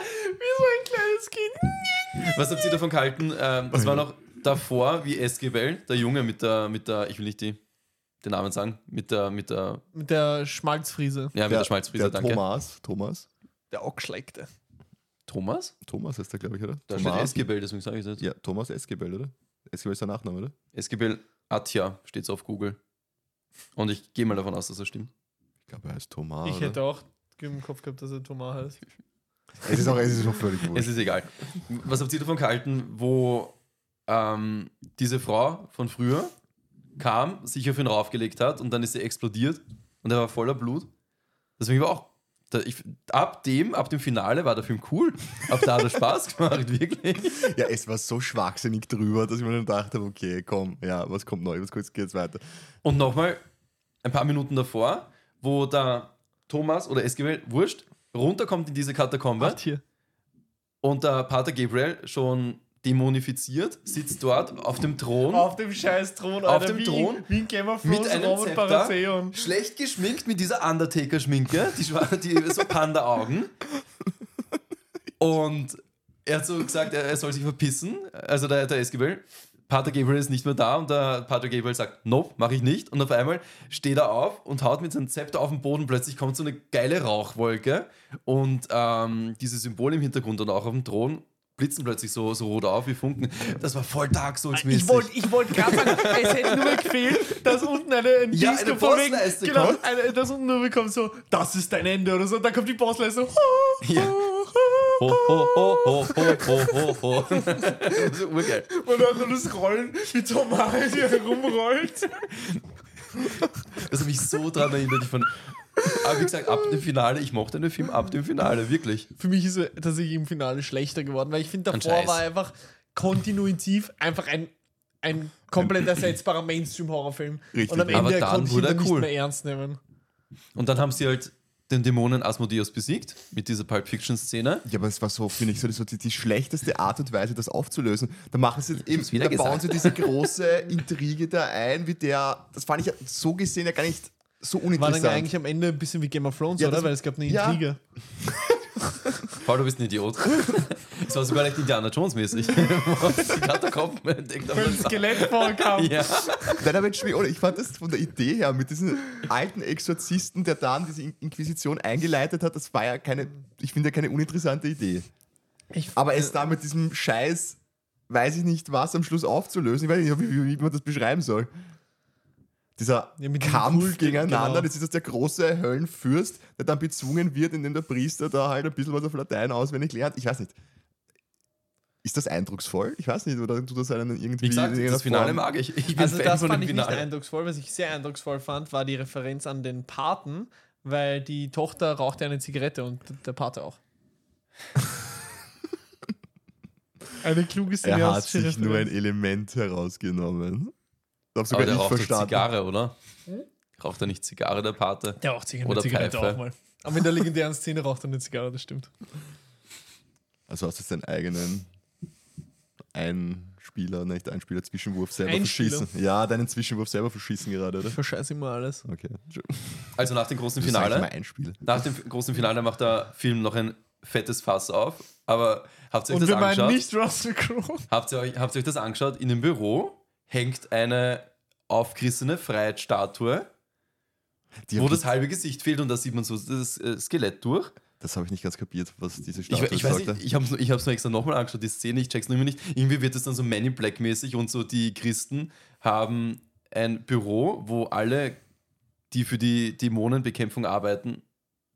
Speaker 1: Wie so ein kleines Kind.
Speaker 3: Was habt ihr davon gehalten? Ähm, das war noch davor wie Esquivel, der Junge mit der, mit der, ich will nicht die, den Namen sagen, mit der, mit der,
Speaker 1: Mit der Schmalzfriese.
Speaker 3: ja, mit der, Schmalzfriese, danke.
Speaker 2: Thomas, Thomas,
Speaker 1: Der auch schlägte.
Speaker 3: Thomas?
Speaker 2: Thomas heißt der, glaube ich, oder?
Speaker 3: Da steht
Speaker 2: Thomas.
Speaker 3: Esquivel, deswegen sage ich das.
Speaker 2: Ja, Thomas Esgebel, oder? Esgebel ist der Nachname, oder?
Speaker 3: Esquivel Atja steht's auf Google. Und ich gehe mal davon aus, dass das stimmt.
Speaker 2: Ich glaube, er heißt Thomas.
Speaker 1: Ich
Speaker 2: oder?
Speaker 1: hätte auch im Kopf gehabt, dass er Thomas heißt.
Speaker 2: Es ist auch, es ist auch völlig
Speaker 3: Es
Speaker 2: wurscht.
Speaker 3: ist egal. Was habt ihr davon gehalten, wo ähm, diese Frau von früher kam, sich auf ihn raufgelegt hat und dann ist sie explodiert und er war voller Blut? Deswegen war auch. Da, ich, ab dem, ab dem Finale war der Film cool. Ab da hat er Spaß gemacht, wirklich.
Speaker 2: Ja, es war so schwachsinnig drüber, dass ich mir dann dachte, okay, komm, ja, was kommt neu, was kurz geht's weiter.
Speaker 3: Und nochmal ein paar Minuten davor, wo da Thomas oder Esquivel, wurscht, runterkommt in diese Katakombe.
Speaker 1: hier.
Speaker 3: Und der Pater Gabriel, schon dämonifiziert, sitzt dort auf dem Thron,
Speaker 1: Auf dem scheiß Thron,
Speaker 3: Auf
Speaker 1: Alter,
Speaker 3: dem
Speaker 1: wie,
Speaker 3: Thron?
Speaker 1: Wie ein Game of
Speaker 3: Mit
Speaker 1: Thrones
Speaker 3: einem
Speaker 1: Robert
Speaker 3: Zepter?
Speaker 1: Baratheon.
Speaker 3: schlecht geschminkt mit dieser Undertaker-Schminke, die, schwa- die so Panda-Augen. Und er hat so gesagt, er, er soll sich verpissen, also der, der Esquivel. Pater Gabriel ist nicht mehr da und der Pater Gabriel sagt, nope, mache ich nicht. Und auf einmal steht er auf und haut mit seinem Zepter auf den Boden. Plötzlich kommt so eine geile Rauchwolke und ähm, diese Symbole im Hintergrund und auch auf dem Thron blitzen plötzlich so, so rot auf wie Funken. Das war voll Dark Souls-mäßig.
Speaker 1: Ich wollte ich wollt gerade sagen, es hätte nur gefehlt, dass unten eine, ein
Speaker 3: Ja,
Speaker 1: Disco
Speaker 3: eine
Speaker 1: von wegen-
Speaker 3: Postleiste
Speaker 1: genau,
Speaker 3: kommt.
Speaker 1: eine, dass unten nur bekommt so, das ist dein Ende oder so, und dann kommt die Postleiste so,
Speaker 3: Ja. Ho, ho, ho, ho, ho, ho, ho. Das ist urgeil.
Speaker 1: und dann nur das Rollen, wie Thomas hier herumrollt.
Speaker 3: Das hat mich so dran erinnert. Ich fand, aber wie gesagt, ab dem Finale, ich mochte den Film ab dem Finale, wirklich.
Speaker 1: Für mich ist er tatsächlich im Finale schlechter geworden, weil ich finde,
Speaker 3: Ein
Speaker 1: davor
Speaker 3: Scheiß.
Speaker 1: war einfach kontinuitiv einfach ein, ein komplett ersetzbarer Mainstream-Horrorfilm.
Speaker 2: Richtig.
Speaker 1: Und am
Speaker 3: Aber
Speaker 1: Ende
Speaker 3: dann
Speaker 1: konnte ich ihn
Speaker 3: wurde er
Speaker 1: dann nicht
Speaker 3: cool.
Speaker 1: mehr ernst nehmen.
Speaker 3: Und dann haben sie halt den Dämonen Asmodeus besiegt mit dieser Pulp Fiction Szene.
Speaker 2: Ja, aber es war so, finde ich, so, das war die, die schlechteste Art und Weise, das aufzulösen. Da machen sie eben,
Speaker 3: hab's wieder
Speaker 2: da bauen
Speaker 3: gesagt.
Speaker 2: sie diese große Intrige da ein, wie der, das fand ich ja so gesehen ja gar nicht so
Speaker 1: War dann
Speaker 2: uninteressant.
Speaker 1: eigentlich am Ende ein bisschen wie Game of Thrones,
Speaker 2: Ja,
Speaker 1: oder?
Speaker 2: das-
Speaker 1: Weil es gab eine
Speaker 2: Ja.
Speaker 1: Intrige.
Speaker 3: Paul, du bist ein Idiot. Das war sogar nicht Indiana Jones mäßig. Die Katakomben entdeckt haben.
Speaker 1: Weil das Skelett vorkam.
Speaker 3: Ja.
Speaker 2: Nein, aber jetzt, oder? Ich fand das von der Idee her mit diesem alten Exorzisten, der dann diese In- Inquisition eingeleitet hat, das war ja keine, ich finde ja keine uninteressante Idee.
Speaker 1: Ich-
Speaker 2: aber es da mit diesem Scheiß, weiß ich nicht was, am Schluss aufzulösen, ich weiß nicht, wie, wie, wie man das beschreiben soll. dieser
Speaker 1: Ja, mit dem
Speaker 2: Kampf
Speaker 1: Kult,
Speaker 2: gegeneinander,
Speaker 1: genau.
Speaker 2: das ist das der große Höllenfürst, der dann bezwungen wird, indem der Priester da halt ein bisschen was auf Latein auswendig lernt. Ich weiß nicht. Ist das eindrucksvoll? Ich weiß nicht, oder tut das einen irgendwie
Speaker 3: Wie gesagt,
Speaker 2: in irgendeiner
Speaker 3: das Finale
Speaker 2: Form-
Speaker 3: mag ich. Ich bin
Speaker 1: Also
Speaker 3: Fan
Speaker 1: das
Speaker 3: von
Speaker 1: fand
Speaker 3: dem
Speaker 1: ich nicht
Speaker 3: Finale.
Speaker 1: eindrucksvoll. Was ich sehr eindrucksvoll fand, war die Referenz an den Paten, weil die Tochter rauchte eine Zigarette und der Pate auch. eine kluge
Speaker 2: Er hat sich
Speaker 1: cineastische
Speaker 2: nur ein
Speaker 1: Referenz.
Speaker 2: Element herausgenommen. Das
Speaker 3: Aber
Speaker 2: habe sogar ich
Speaker 3: der raucht doch
Speaker 2: verstanden.
Speaker 3: Zigarre, oder? Raucht er nicht Zigarre, der Pate?
Speaker 1: Der raucht sich eine
Speaker 3: Oder
Speaker 1: Zigarette
Speaker 3: Pfeife.
Speaker 1: auch mal. Aber in der legendären Szene raucht er eine Zigarre, das stimmt.
Speaker 2: Also hast du jetzt deinen eigenen Einspieler, nicht Einspieler, Zwischenwurf selber
Speaker 1: Einspieler.
Speaker 2: verschießen. Ja, deinen Zwischenwurf selber verschießen gerade, oder?
Speaker 1: Ich verscheiße immer alles.
Speaker 2: Okay.
Speaker 3: Also nach dem großen
Speaker 2: Das ist eigentlich mal
Speaker 3: Finale.
Speaker 2: ein Spiel.
Speaker 3: Nach dem großen Finale macht der Film noch ein fettes Fass auf. Aber habt ihr euch
Speaker 1: Und
Speaker 3: das
Speaker 1: wir meinen
Speaker 3: angeschaut?
Speaker 1: nicht Russell Crowe.
Speaker 3: Habt ihr, euch, habt ihr euch das angeschaut? In dem Büro hängt eine aufgerissene Freiheitsstatue,
Speaker 2: Die
Speaker 3: wo
Speaker 2: hab
Speaker 3: das halbe Gesicht fehlt und da sieht man so das äh, Skelett durch.
Speaker 2: Das habe ich nicht ganz kapiert, was diese
Speaker 3: Ich,
Speaker 2: Statue
Speaker 3: we- ich weiß
Speaker 2: sagte.
Speaker 3: nicht, ich habe es ich hab's mir extra nochmal angeschaut, die Szene, ich check's nur immer nicht. Irgendwie wird es dann so Men in Black-mäßig und so die Christen haben ein Büro, wo alle, die für die Dämonenbekämpfung arbeiten,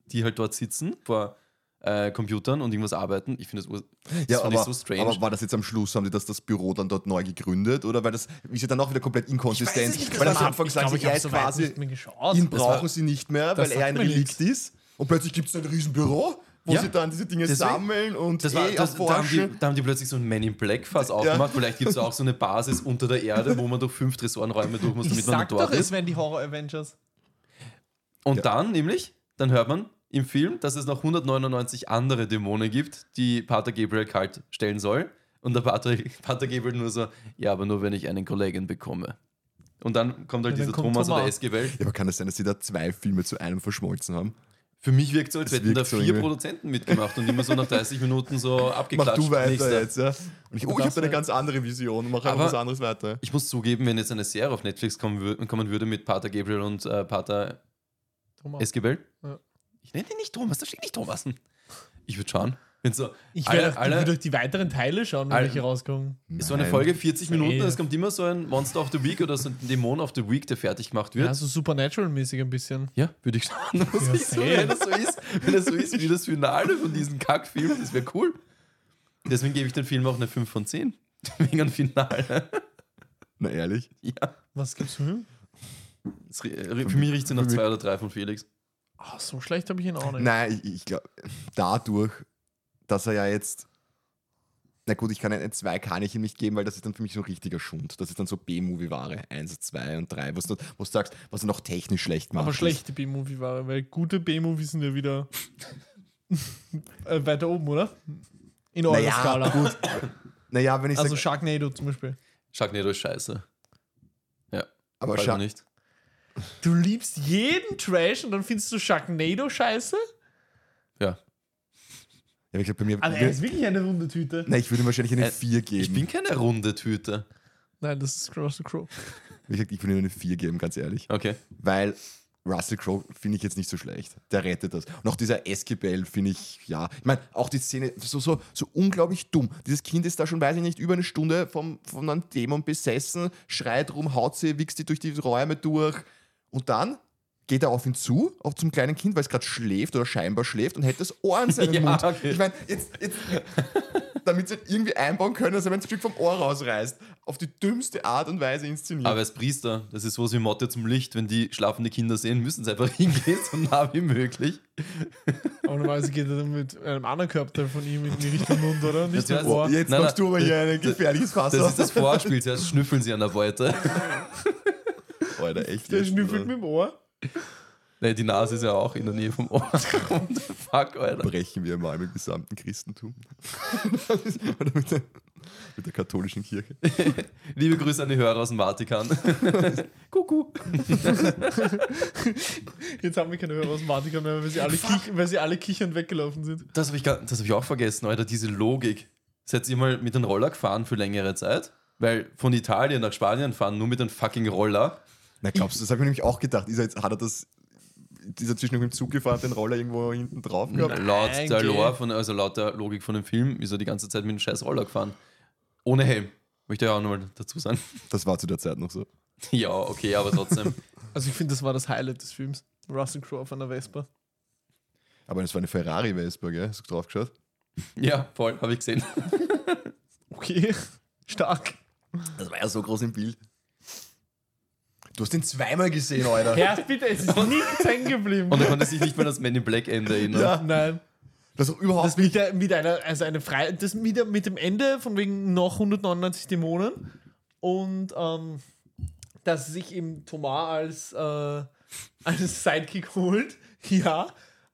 Speaker 3: die halt dort sitzen vor äh, Computern und irgendwas arbeiten. Ich finde das, ur- das
Speaker 2: ja,
Speaker 3: fand
Speaker 2: aber,
Speaker 3: ich so strange.
Speaker 2: aber war das jetzt am Schluss, haben die das, das Büro dann dort neu gegründet? Oder weil das ist ja dann auch wieder komplett inkonsistent?
Speaker 1: Ich weiß nicht,
Speaker 2: weil
Speaker 1: das
Speaker 2: am
Speaker 1: war-
Speaker 2: Anfang
Speaker 1: ich
Speaker 2: sagen
Speaker 1: glaub,
Speaker 2: sie,
Speaker 1: ich hab
Speaker 2: er ist
Speaker 1: so weit
Speaker 2: quasi,
Speaker 1: nicht mehr geschaut.
Speaker 2: ihn
Speaker 1: Das
Speaker 2: brauchen
Speaker 3: war-
Speaker 2: sie nicht mehr,
Speaker 1: das
Speaker 2: weil er
Speaker 1: sagt
Speaker 2: ein
Speaker 1: mir
Speaker 2: Relikt ist. Und plötzlich gibt es ein Riesenbüro, wo
Speaker 3: Ja.
Speaker 2: sie dann diese Dinge
Speaker 3: Deswegen-
Speaker 2: sammeln und
Speaker 3: Das war,
Speaker 2: eh
Speaker 3: das, da, haben
Speaker 2: erforschen.
Speaker 3: die, da haben die plötzlich so ein Man in Black Fass aufgemacht. Vielleicht gibt es auch so eine Basis unter der Erde, wo man durch fünf Tresorenräume durch muss,
Speaker 1: Ich
Speaker 3: damit man
Speaker 1: sag doch,
Speaker 3: dort
Speaker 1: es
Speaker 3: ist.
Speaker 1: wären die Horror-Avengers.
Speaker 3: Und dann nämlich, dann hört man im Film, dass es noch 199 andere Dämonen gibt, die Pater Gabriel kalt stellen soll. Und der Pater, Pater Gabriel nur so, ja, aber nur wenn ich einen Kollegen bekomme. Und dann kommt halt
Speaker 1: Ja, dann
Speaker 3: dieser
Speaker 1: kommt
Speaker 3: Thomas oder
Speaker 1: Thomas.
Speaker 3: Esquivel.
Speaker 2: Ja, aber kann es sein, dass sie da zwei Filme zu einem verschmolzen haben?
Speaker 3: Für mich wirkt so, als
Speaker 2: Es
Speaker 3: hätten da
Speaker 2: wirkt so
Speaker 3: vier
Speaker 2: irgendwie.
Speaker 3: Produzenten mitgemacht und immer so nach 30 Minuten so
Speaker 2: Mach
Speaker 3: abgeklatscht.
Speaker 2: du weiter
Speaker 3: Nächster.
Speaker 2: jetzt, ja. Und ich, oh, ich
Speaker 1: das
Speaker 2: habe eine
Speaker 1: wär-
Speaker 2: ganz andere Vision, mach einfach
Speaker 3: Aber-
Speaker 2: was anderes weiter.
Speaker 3: Ich muss zugeben, wenn jetzt eine Serie auf Netflix kommen, wür kommen würde mit Pater Gabriel und äh, Pater
Speaker 1: Thomas.
Speaker 3: Esquivel.
Speaker 1: Ja.
Speaker 3: Ich nenne den nicht Thomas, da steht nicht Thomas. Ich würde schauen. Wenn so,
Speaker 1: Ich
Speaker 3: alle,
Speaker 1: werde
Speaker 3: alle,
Speaker 1: durch die weiteren Teile schauen, wenn
Speaker 3: alle-
Speaker 1: welche rauskommen.
Speaker 3: ist so eine
Speaker 2: Nein.
Speaker 3: Folge 40
Speaker 1: Ja,
Speaker 3: Minuten,
Speaker 1: eh.
Speaker 3: es kommt immer so ein Monster of the Week oder so ein Dämon of the Week, der fertig gemacht wird.
Speaker 1: Ja,
Speaker 3: Ja,
Speaker 1: so Supernatural-mäßig ein bisschen.
Speaker 3: würde ich schauen. Muss
Speaker 1: Ja,
Speaker 3: ich so,
Speaker 1: safe.
Speaker 3: wenn das so ist, wenn das so ist wie das Finale von diesem Kackfilm, das wäre cool. Deswegen gebe ich den Film auch eine 5 von 10. Wegen einem Finale.
Speaker 2: Na ehrlich,
Speaker 3: Ja.
Speaker 1: Was gibt's für ihn?
Speaker 3: Es ri- Für mich riecht sie nach 2 oder 3 von Felix.
Speaker 1: Ah, so schlecht habe ich ihn auch nicht.
Speaker 2: Nein, ich, ich glaube, dadurch, dass er ja jetzt. Na gut, ich kann ein 2 kann ich ihm nicht geben, weil das ist dann für mich so ein richtiger Schund. Das ist dann so B-Movie-Ware. 1, 2 und 3, wo du wo du sagst, was er noch technisch schlecht macht.
Speaker 1: Aber schlechte B-Movie-Ware, weil gute B-Movies sind ja wieder äh, weiter oben, oder? In eurer
Speaker 2: Naja,
Speaker 1: Skala.
Speaker 2: gut. Naja, wenn ich
Speaker 1: Also
Speaker 2: sag,
Speaker 1: Sharknado zum Beispiel.
Speaker 3: Sharknado ist scheiße. Ja.
Speaker 2: aber
Speaker 3: Weiß
Speaker 2: scha
Speaker 3: man nicht.
Speaker 1: Du liebst jeden Trash und dann findest du Sharknado scheiße?
Speaker 3: Ja.
Speaker 2: ja, ich glaub, bei mir.
Speaker 1: Also er ist wirklich eine runde Tüte.
Speaker 2: na, ich würde ihm wahrscheinlich eine
Speaker 3: Äh,
Speaker 2: 4 geben.
Speaker 3: Ich bin keine runde Tüte.
Speaker 1: Nein, das ist Russell Crowe.
Speaker 2: Wie gesagt, ich würde ihm eine 4 geben, ganz ehrlich.
Speaker 3: Okay.
Speaker 2: Weil Russell Crowe finde ich jetzt nicht so schlecht. Der rettet das. Und auch dieser Esquibel finde ich, ja. Ich meine, auch die Szene, so, so, so unglaublich dumm. Dieses Kind ist da schon, weiß ich nicht, über eine Stunde vom, von einem Dämon besessen, schreit rum, haut sie, wichst sie durch die Räume durch. Und dann geht er auf ihn zu, auch zum kleinen Kind, weil es gerade schläft oder scheinbar schläft und hält das Ohr an seinen
Speaker 3: Ja,
Speaker 2: Mund.
Speaker 3: okay.
Speaker 2: Ich meine, jetzt, jetzt, damit sie irgendwie einbauen können, also dass er mir ein Stück vom Ohr rausreißt. Auf die dümmste Art und Weise inszeniert.
Speaker 3: Aber als Priester, das ist sowas wie Motte zum Licht. Wenn die schlafende Kinder sehen, müssen sie einfach hingehen, so nah wie möglich.
Speaker 1: Aber normalerweise geht er dann mit einem anderen Körper von ihm in die Richtung Mund, oder? Nicht
Speaker 3: Das
Speaker 1: im
Speaker 3: wär's-
Speaker 1: Ohr.
Speaker 2: Jetzt
Speaker 3: Nein,
Speaker 2: machst
Speaker 3: nein,
Speaker 2: du aber hier ein gefährliches Fass
Speaker 3: Das
Speaker 2: auf.
Speaker 3: ist das Vorspiel. Zuerst schnüffeln sie an der Beute.
Speaker 2: Alter, echt.
Speaker 1: Der
Speaker 2: jetzt,
Speaker 1: schnüffelt
Speaker 2: oder?
Speaker 1: mit dem Ohr.
Speaker 3: Nee, die Nase ist ja auch in der Nähe vom Ohr. What the Fuck, Alter.
Speaker 2: Brechen wir mal mit dem gesamten Christentum. Oder mit, der, mit der katholischen Kirche.
Speaker 3: Liebe Grüße an die Hörer aus dem Vatikan. Kuckuck.
Speaker 1: Jetzt haben wir keine Hörer aus dem Vatikan mehr, weil sie alle, kich weil sie alle kichernd weggelaufen sind.
Speaker 3: Das habe ich, gar- das hab ich auch vergessen, Alter, diese Logik. Seid ihr mal mit dem Roller gefahren für längere Zeit? Weil von Italien nach Spanien fahren, nur mit einem fucking Roller.
Speaker 2: Na, glaubst du, das habe ich mir nämlich auch gedacht. Ist er jetzt, hat er das, ist er zwischen dem Zug gefahren, hat den Roller irgendwo hinten drauf gehabt?
Speaker 3: Laut
Speaker 1: Nein,
Speaker 3: der
Speaker 1: geh.
Speaker 3: Lore von, also laut der Logik von dem Film ist er die ganze Zeit mit einem scheiß Roller gefahren. Ohne Helm. Möchte ich auch nochmal dazu sagen.
Speaker 2: Das war zu der Zeit noch so.
Speaker 3: ja, okay, aber trotzdem.
Speaker 1: Also ich finde, das war das Highlight des Films. Russell Crowe auf einer Vespa.
Speaker 2: Aber das war eine Ferrari-Vespa, gell? Hast du drauf geschaut?
Speaker 3: Ja, voll, habe ich gesehen.
Speaker 1: Okay, stark.
Speaker 2: Das war ja so groß im Bild. Du hast den zweimal gesehen, Alter.
Speaker 1: Herr, bitte, es ist nichts hängen geblieben.
Speaker 3: Und er konnte sich nicht mehr das Men in Black Ende erinnern.
Speaker 2: Ja.
Speaker 1: Nein.
Speaker 2: Das ist überhaupt
Speaker 1: Das mit, der, mit einer, also eine Frei das mit, der- mit dem Ende von wegen noch 199 Dämonen und ähm, dass sie sich eben Thomas als, äh, als Sidekick holt, ja,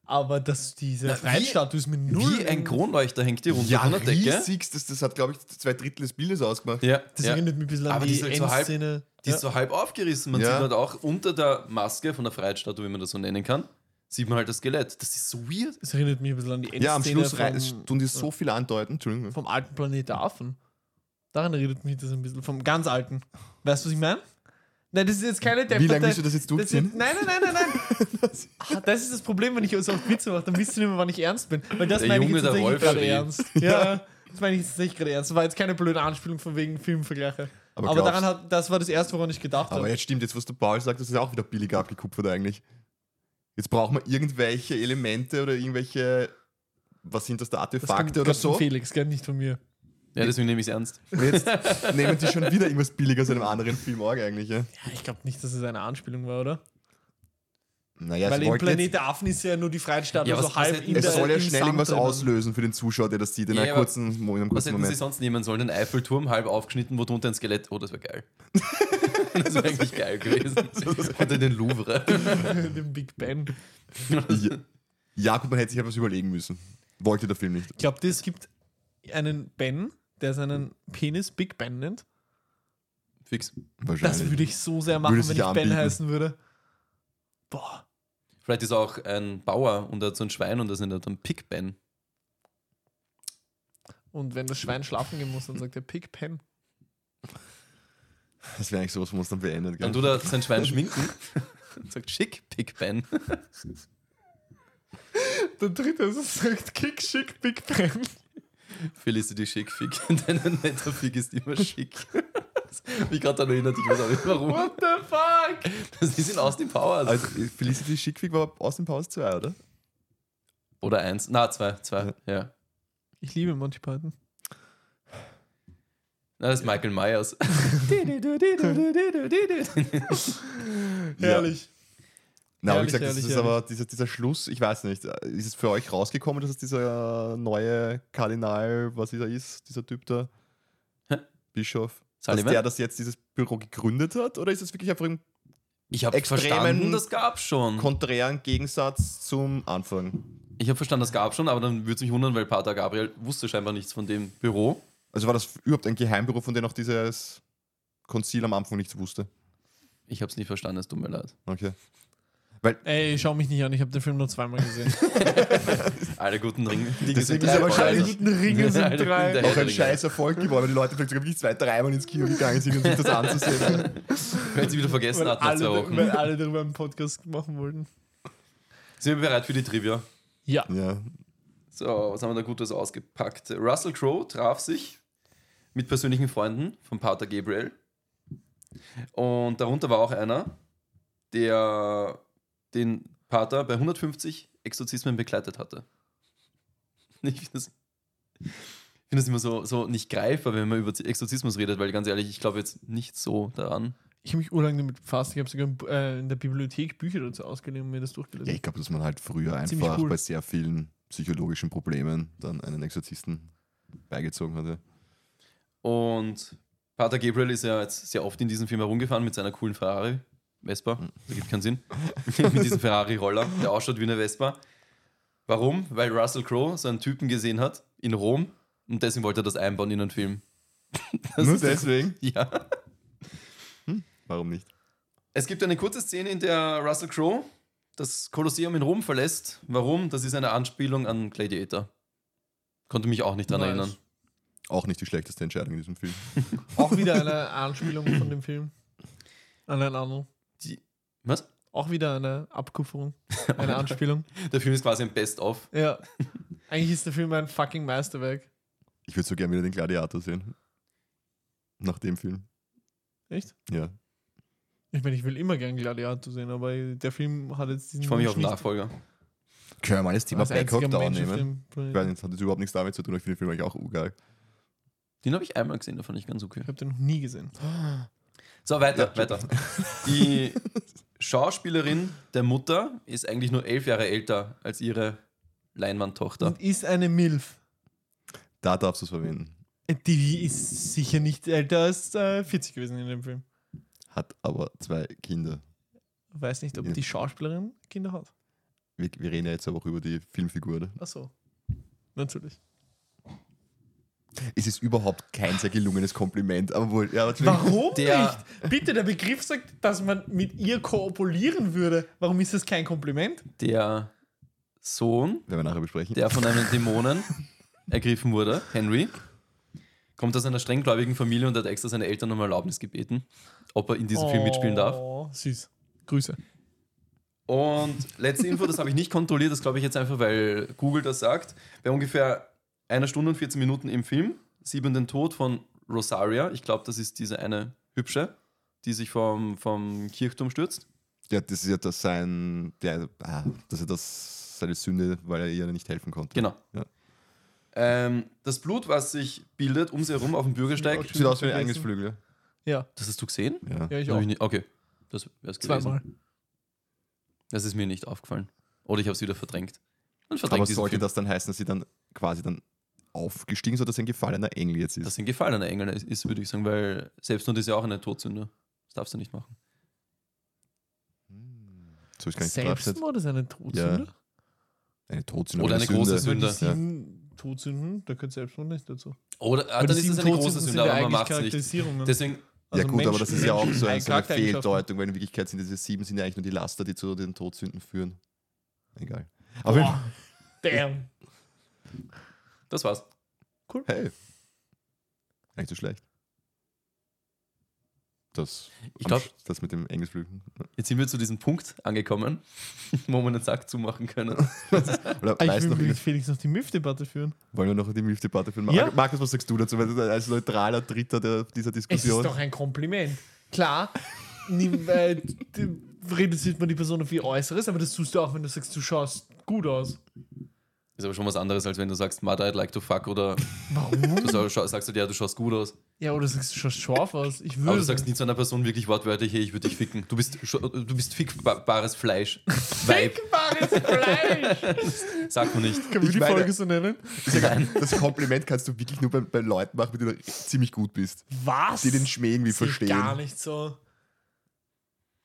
Speaker 1: aber dass diese Freiheitsstatue ist mit null.
Speaker 3: Wie ein Kronleuchter hängt hier runter
Speaker 2: ja,
Speaker 3: von der Decke.
Speaker 2: riesig. Das, das hat, glaube ich, zwei Drittel des Bildes ausgemacht.
Speaker 3: Ja,
Speaker 1: Das
Speaker 3: ja.
Speaker 1: erinnert mich ein bisschen an
Speaker 3: Aber
Speaker 1: die
Speaker 3: die ist halt so halb-
Speaker 1: Endszene.
Speaker 3: Die ist so halb aufgerissen. Man
Speaker 2: Ja.
Speaker 3: sieht halt auch unter der Maske von der Freiheitsstatue, wie man das so nennen kann, sieht man halt das Skelett. Das ist so weird.
Speaker 1: das erinnert mich ein bisschen an die Endszene
Speaker 2: Ja, am Schluss rei- es
Speaker 1: vom,
Speaker 2: tun die so viel andeuten. Entschuldigung.
Speaker 1: vom alten Planet der Affen. Daran erinnert mich das ein bisschen, vom ganz alten. Weißt du, was ich meine? Nein, das ist jetzt keine
Speaker 2: Wie lange
Speaker 1: Depperte-
Speaker 2: willst du das jetzt
Speaker 1: Das
Speaker 2: durchziehen?
Speaker 1: sind, nein, nein, nein, nein, nein. Ah, das ist das Problem, wenn ich so auf Witze mache, dann wisst ihr nicht mehr, wann ich ernst bin. Weil das
Speaker 3: Der
Speaker 1: meine ich
Speaker 3: Junge,
Speaker 1: jetzt
Speaker 3: der
Speaker 1: tatsächlich
Speaker 3: Wolf
Speaker 1: gerade
Speaker 3: schrie.
Speaker 1: ernst. Ja, das meine ich jetzt tatsächlich gerade ernst. Das war jetzt keine blöde Anspielung von wegen Filmvergleiche.
Speaker 2: Aber
Speaker 1: Aber,
Speaker 2: glaubst-
Speaker 1: daran hat, das war das erste, woran ich gedacht
Speaker 2: Aber
Speaker 1: habe.
Speaker 2: jetzt stimmt, jetzt was der Paul sagt, das ist auch wieder billig abgekupfert eigentlich. Jetzt braucht man irgendwelche Elemente oder irgendwelche, was sind das da,
Speaker 1: Das kommt-
Speaker 2: Artefakte oder
Speaker 1: kommt von
Speaker 2: so.
Speaker 1: Felix, gell, nicht von mir.
Speaker 3: Ja, deswegen nehme ich es ernst.
Speaker 2: Und jetzt nehmen die schon wieder irgendwas billig aus einem anderen Film auch eigentlich. Ja.
Speaker 1: Ja, ich glaube nicht, dass es eine Anspielung war, oder?
Speaker 2: Naja,
Speaker 1: Weil
Speaker 2: es,
Speaker 1: im
Speaker 2: wollte
Speaker 1: Planet
Speaker 2: jetzt,
Speaker 1: der Affen ist ja nur die Freiheitsstatue
Speaker 3: Ja, was-
Speaker 1: so
Speaker 3: was
Speaker 1: halb
Speaker 3: hätten-
Speaker 1: in
Speaker 3: der-
Speaker 2: es
Speaker 1: der
Speaker 2: soll ja
Speaker 1: im
Speaker 2: schnell
Speaker 1: Sand
Speaker 2: irgendwas
Speaker 1: drinnen.
Speaker 2: auslösen für den Zuschauer, der das sieht in,
Speaker 3: Ja,
Speaker 2: einer
Speaker 3: aber
Speaker 2: kurzen, in einem
Speaker 3: Was
Speaker 2: kurzen
Speaker 3: hätten sie
Speaker 2: Moment.
Speaker 3: sonst nehmen sollen? Den Eiffelturm halb aufgeschnitten, wo drunter ein Skelett. Oh, das wäre geil. Das wäre eigentlich geil gewesen. Oder den Louvre.
Speaker 1: Dem Big Ben.
Speaker 2: Ja. ja, gut, man hätte sich etwas überlegen müssen. Wollte der Film nicht.
Speaker 1: Ich glaube, es gibt einen Ben, der seinen Penis Big Ben nennt.
Speaker 3: Fix.
Speaker 2: Wahrscheinlich.
Speaker 1: Das würde ich so sehr machen,
Speaker 2: Würde
Speaker 1: wenn
Speaker 2: sich
Speaker 1: ich
Speaker 2: ja
Speaker 1: Ben
Speaker 2: anbieten.
Speaker 1: heißen würde. Boah.
Speaker 3: Vielleicht ist er auch ein Bauer und er hat so ein Schwein und das nennt er dann Pig Ben.
Speaker 1: Und wenn das Schwein schlafen gehen muss, dann sagt er Pig Pen.
Speaker 2: das wäre eigentlich sowas, was man es dann beendet. Gell?
Speaker 3: Dann tut er sein Schwein schminken und sagt schick, Pig Ben.
Speaker 1: Der dritte ist, sagt Kick, Schick, Big Pen.
Speaker 3: Felicity schick, Fick. Denn ein netter Fick ist immer schick. Mich gerade daran erinnert, ich weiß auch nicht warum.
Speaker 1: What the fuck?
Speaker 3: Das ist in Austin Powers.
Speaker 2: Also, Felicity Schickfick war aus dem Pause 2, oder?
Speaker 3: Oder eins. Na, zwei. Zwei. Ja.
Speaker 1: Ich liebe Monty Python.
Speaker 3: Na, das ist Michael Myers.
Speaker 1: Herrlich.
Speaker 2: Na, aber wie
Speaker 1: Herrlich,
Speaker 2: gesagt, das
Speaker 1: herrlich,
Speaker 2: ist
Speaker 1: herrlich.
Speaker 2: aber dieser, dieser Schluss, ich weiß nicht, ist es für euch rausgekommen, dass es dieser neue Kardinal, was dieser ist, dieser Typ da,
Speaker 3: Hä?
Speaker 2: Bischof, dass
Speaker 3: Sullivan?
Speaker 2: der das jetzt dieses Büro gegründet hat? Oder ist es wirklich einfach im
Speaker 3: Ich habe
Speaker 2: Extremen-
Speaker 3: verstanden, das gab's schon.
Speaker 2: konträren Gegensatz zum Anfang?
Speaker 3: Ich habe verstanden, das gab's schon, aber dann würde es mich wundern, weil Pater Gabriel wusste scheinbar nichts von dem Büro.
Speaker 2: Also war das überhaupt ein Geheimbüro, von dem auch dieses Konzil am Anfang nichts wusste?
Speaker 3: Ich habe es nicht verstanden, es tut mir leid.
Speaker 2: Okay.
Speaker 1: Ey, schau mich nicht an, ich habe den Film nur zweimal gesehen.
Speaker 3: Alle guten Ringe.
Speaker 2: Deswegen ist er wahrscheinlich
Speaker 1: guten Ringe sind
Speaker 3: Alle guten
Speaker 1: drei.
Speaker 3: der
Speaker 2: Noch
Speaker 3: Herr
Speaker 2: ein
Speaker 3: der
Speaker 2: scheiß Erfolg geworden, weil die Leute vielleicht sogar wirklich zwei, dreimal ins Kino gegangen sind, um sich das anzusehen.
Speaker 3: Wenn sie wieder vergessen
Speaker 1: Weil
Speaker 3: hat nach
Speaker 1: alle,
Speaker 3: zwei Wochen.
Speaker 1: weil alle darüber einen Podcast machen wollten.
Speaker 3: Sind wir bereit für die Trivia?
Speaker 1: Ja.
Speaker 2: Ja,
Speaker 3: So, was haben wir da Gutes ausgepackt? Russell Crowe traf sich mit persönlichen Freunden von Pater Gabriel. Und darunter war auch einer, der den Pater bei 150 Exorzismen begleitet hatte. Ich finde das, ich find das immer so, so nicht greifbar, wenn man über Exorzismus redet, weil ganz ehrlich, ich glaube jetzt nicht so daran.
Speaker 1: Ich habe mich urlang damit befasst. Ich habe sogar in, äh, in der Bibliothek Bücher dazu ausgeliehen und mir das
Speaker 2: Ja,
Speaker 1: durchgelesen.
Speaker 2: ich glaube, dass man halt früher
Speaker 1: Ziemlich
Speaker 2: einfach
Speaker 1: cool.
Speaker 2: bei sehr vielen psychologischen Problemen dann einen Exorzisten beigezogen hatte.
Speaker 3: Und Pater Gabriel ist ja jetzt sehr oft in diesem Film herumgefahren mit seiner coolen Ferrari. Vespa, das gibt keinen Sinn. mit diesem Ferrari-Roller, der ausschaut wie eine Vespa. Warum? Weil Russell Crowe so einen Typen gesehen hat in Rom und deswegen wollte er das einbauen in einen Film. Das
Speaker 2: Nur
Speaker 3: ist der-
Speaker 2: deswegen?
Speaker 3: Ja.
Speaker 2: Warum nicht?
Speaker 3: Es gibt eine kurze Szene, in der Russell Crowe das Kolosseum in Rom verlässt. Warum? Das ist eine Anspielung an Gladiator. Konnte mich auch nicht dran
Speaker 1: Nice.
Speaker 3: erinnern.
Speaker 2: Auch nicht die schlechteste Entscheidung in diesem Film.
Speaker 1: Auch wieder eine Anspielung von dem Film. An einen anderen.
Speaker 3: Die, was?
Speaker 1: Auch wieder eine Abkupferung. Eine Anspielung.
Speaker 3: Der Film ist quasi ein Best-of.
Speaker 1: Ja. Eigentlich ist der Film ein fucking Meisterwerk.
Speaker 2: Ich würde so gerne wieder den Gladiator sehen. Nach dem Film.
Speaker 1: Echt?
Speaker 2: Ja.
Speaker 1: Ich meine, ich will immer gern Gladiator sehen, aber der Film hat jetzt diesen.
Speaker 3: Ich freue mich auf den
Speaker 1: Schnitt
Speaker 3: Nachfolger.
Speaker 2: Können wir mal das Thema
Speaker 1: als einziger
Speaker 2: Bangkok Down
Speaker 1: Mensch
Speaker 2: nehmen?
Speaker 1: auf dem Planeten.
Speaker 2: Ich weiß nicht, hat das überhaupt nichts damit zu tun, aber ich finde den Film eigentlich auch ugeil.
Speaker 3: Den habe ich einmal gesehen, da fand ich ganz okay.
Speaker 1: Ich habe den noch nie gesehen.
Speaker 3: So, weiter,
Speaker 2: Ja.
Speaker 3: weiter. Die Schauspielerin der Mutter ist eigentlich nur elf Jahre älter als ihre Leinwandtochter.
Speaker 1: Und ist eine Milf. Äh,
Speaker 2: Da darfst du es verwenden.
Speaker 1: Die ist sicher nicht älter als äh, 40 gewesen in dem Film.
Speaker 2: Hat aber zwei Kinder.
Speaker 1: Weiß nicht, ob
Speaker 2: Ja.
Speaker 1: die Schauspielerin Kinder hat.
Speaker 2: Wir, wir reden ja jetzt aber auch über die Filmfigur. Ne?
Speaker 1: Ach so. Natürlich.
Speaker 2: Es ist überhaupt kein sehr gelungenes Kompliment, aber wohl. Ja, natürlich.
Speaker 1: Warum
Speaker 3: Der-
Speaker 1: nicht? Bitte, der Begriff sagt, dass man mit ihr koopulieren würde. Warum ist das kein Kompliment?
Speaker 3: Der Sohn,
Speaker 2: Werden wir nachher besprechen.
Speaker 3: der von einem Dämonen ergriffen wurde, Henry, kommt aus einer strenggläubigen Familie und hat extra seine Eltern um Erlaubnis gebeten, ob er in diesem Film mitspielen darf.
Speaker 1: Oh, süß. Grüße.
Speaker 3: Und letzte Info, das habe ich nicht kontrolliert, das glaube ich jetzt einfach, weil Google das sagt. Bei ungefähr einer Stunde und 14 Minuten im Film sieht man den Tod von Rosaria. Ich glaube, das ist diese eine hübsche, die sich vom, vom Kirchturm stürzt.
Speaker 2: Ja, das ist ja das sein. Der, ah, das ist das seine Sünde, weil er ihr nicht helfen konnte.
Speaker 3: Genau.
Speaker 2: Ja.
Speaker 3: Ähm, das Blut, was sich bildet um sie herum auf dem Bürgersteig.
Speaker 1: Sieht
Speaker 2: Sieht aus wie ein
Speaker 1: Vergessen.
Speaker 2: eigenes Flügel.
Speaker 1: Ja,
Speaker 3: Das hast du gesehen?
Speaker 2: Ja.
Speaker 1: ja ich
Speaker 3: Hab
Speaker 1: auch.
Speaker 3: nicht, okay. Das wäre es gewesen.
Speaker 1: Zweimal.
Speaker 3: Das ist mir nicht aufgefallen. Oder ich habe es wieder verdrängt. Dann verdrängt
Speaker 2: Aber
Speaker 3: diesen
Speaker 2: sollte
Speaker 3: Film.
Speaker 2: das dann heißen, dass sie dann quasi dann aufgestiegen ist oder dass ein gefallener Engel jetzt ist?
Speaker 3: Das sind gefallene Engel, ist- ist, würde ich sagen, weil Selbstmord ist ja auch eine Todsünde. Das darfst du nicht machen.
Speaker 2: so ist gar nicht betrachtet.
Speaker 1: Selbstmord ist eine Todsünde.
Speaker 2: Ja. Eine Todsünde.
Speaker 3: Oder eine große
Speaker 1: Weil die
Speaker 3: Sünde. Ja.
Speaker 1: sieben Todsünden, da gehört Selbstmord nicht dazu.
Speaker 3: Oder ah,
Speaker 1: Weil
Speaker 3: dann
Speaker 1: die
Speaker 3: ist es
Speaker 1: sieben
Speaker 3: eine große
Speaker 1: Todsünden sind
Speaker 3: Sünde, aber man
Speaker 1: eigentlich
Speaker 3: macht es nicht.
Speaker 1: Charakterisierungen.
Speaker 3: Deswegen,
Speaker 2: Ja
Speaker 1: Also
Speaker 2: gut, aber das
Speaker 1: Menschen-
Speaker 2: ist ja auch so eine,
Speaker 1: Menschen-
Speaker 2: so eine
Speaker 1: Charaktereigenschaften.
Speaker 2: Fehldeutung, weil in Wirklichkeit sind diese sieben sind ja eigentlich nur die Laster, die zu den Todsünden führen. Egal. Aber
Speaker 1: Boah. Oh, Damn.
Speaker 3: das war's.
Speaker 2: hey, gar nicht so schlecht. Das,
Speaker 3: Ich glaub-
Speaker 2: das mit dem Engelsflügen.
Speaker 3: Jetzt sind wir zu diesem Punkt angekommen, wo wir den Sack zumachen können.
Speaker 2: Oder
Speaker 1: Ah, Ich
Speaker 2: weiß
Speaker 1: will
Speaker 2: noch,
Speaker 1: mit Felix noch die MIF-Debatte führen.
Speaker 2: wollen wir noch die Milf-Debatte führen?
Speaker 1: Ja.
Speaker 2: Markus, was sagst du dazu? Weil du als neutraler Dritter der, dieser
Speaker 1: Es
Speaker 2: Diskussion.
Speaker 1: ist doch ein Kompliment. Klar, nimm, äh, d- reduziert man die Person auf ihr Äußeres, aber das tust du auch, wenn du sagst, du schaust gut aus.
Speaker 3: Ist aber schon was anderes, als wenn du sagst, Mother, I'd like to fuck oder
Speaker 1: Warum?
Speaker 3: du scha- sagst du dir, ja, du schaust gut aus.
Speaker 1: Ja, oder sagst du schaust scharf aus. Ich würde.
Speaker 3: Aber du sagst nie zu einer Person wirklich wortwörtlich, hey, ich würde dich ficken. Du bist, scho- du bist fickbares Fleisch. Weib,
Speaker 1: Fickbares Fleisch!
Speaker 3: sag man nicht.
Speaker 1: Können wir
Speaker 2: Ich
Speaker 1: die
Speaker 2: meine-
Speaker 1: Folge so nennen?
Speaker 3: Nein.
Speaker 2: Das Kompliment kannst du wirklich nur bei, bei Leuten machen, mit denen du ziemlich gut bist.
Speaker 1: Was?
Speaker 2: Die den Schmäh irgendwie
Speaker 1: Sehe ich
Speaker 2: verstehen.
Speaker 1: Gar nicht so.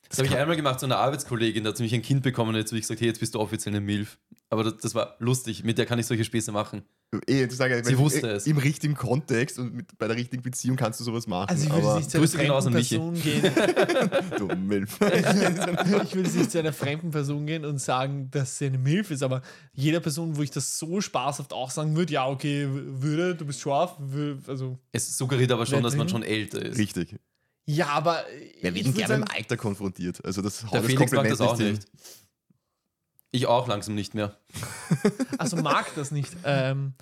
Speaker 3: Das habe ich einmal gemacht zu einer Arbeitskollegin, da hat sie mich ein Kind bekommen und jetzt habe ich gesagt, hey, jetzt bist du offiziell eine Milf. Aber das, das war lustig, mit der kann ich solche Späße machen.
Speaker 2: Eh, zu sagen, wenn-
Speaker 3: wusste
Speaker 2: eh,
Speaker 3: es.
Speaker 2: Im richtigen Kontext und mit, bei der richtigen Beziehung kannst du sowas machen.
Speaker 1: Also ich will
Speaker 2: aber
Speaker 1: jetzt nicht zu einer
Speaker 3: Grüße gehen raus
Speaker 1: fremden
Speaker 3: an Michi.
Speaker 1: Person gehen.
Speaker 2: du Milf.
Speaker 1: Also ich will jetzt nicht zu einer fremden Person gehen und sagen, dass sie eine Milf ist, aber jeder Person, wo ich das so spaßhaft auch sagen würde, ja, okay, w- würde, du bist scharf, wür- also.
Speaker 3: Es suggeriert aber schon,
Speaker 1: Wer
Speaker 3: dass man
Speaker 1: drin?
Speaker 3: schon älter ist.
Speaker 2: Richtig.
Speaker 1: Ja, aber.
Speaker 2: Wir
Speaker 1: ich
Speaker 2: werden
Speaker 1: würd
Speaker 2: gerne
Speaker 1: sagen,
Speaker 2: im Alter konfrontiert. Also das haut
Speaker 3: Der
Speaker 2: das
Speaker 3: Felix mag
Speaker 2: Kompliment
Speaker 3: das auch
Speaker 2: hin.
Speaker 3: nicht. Ich auch langsam nicht mehr.
Speaker 1: also mag das nicht. Ähm,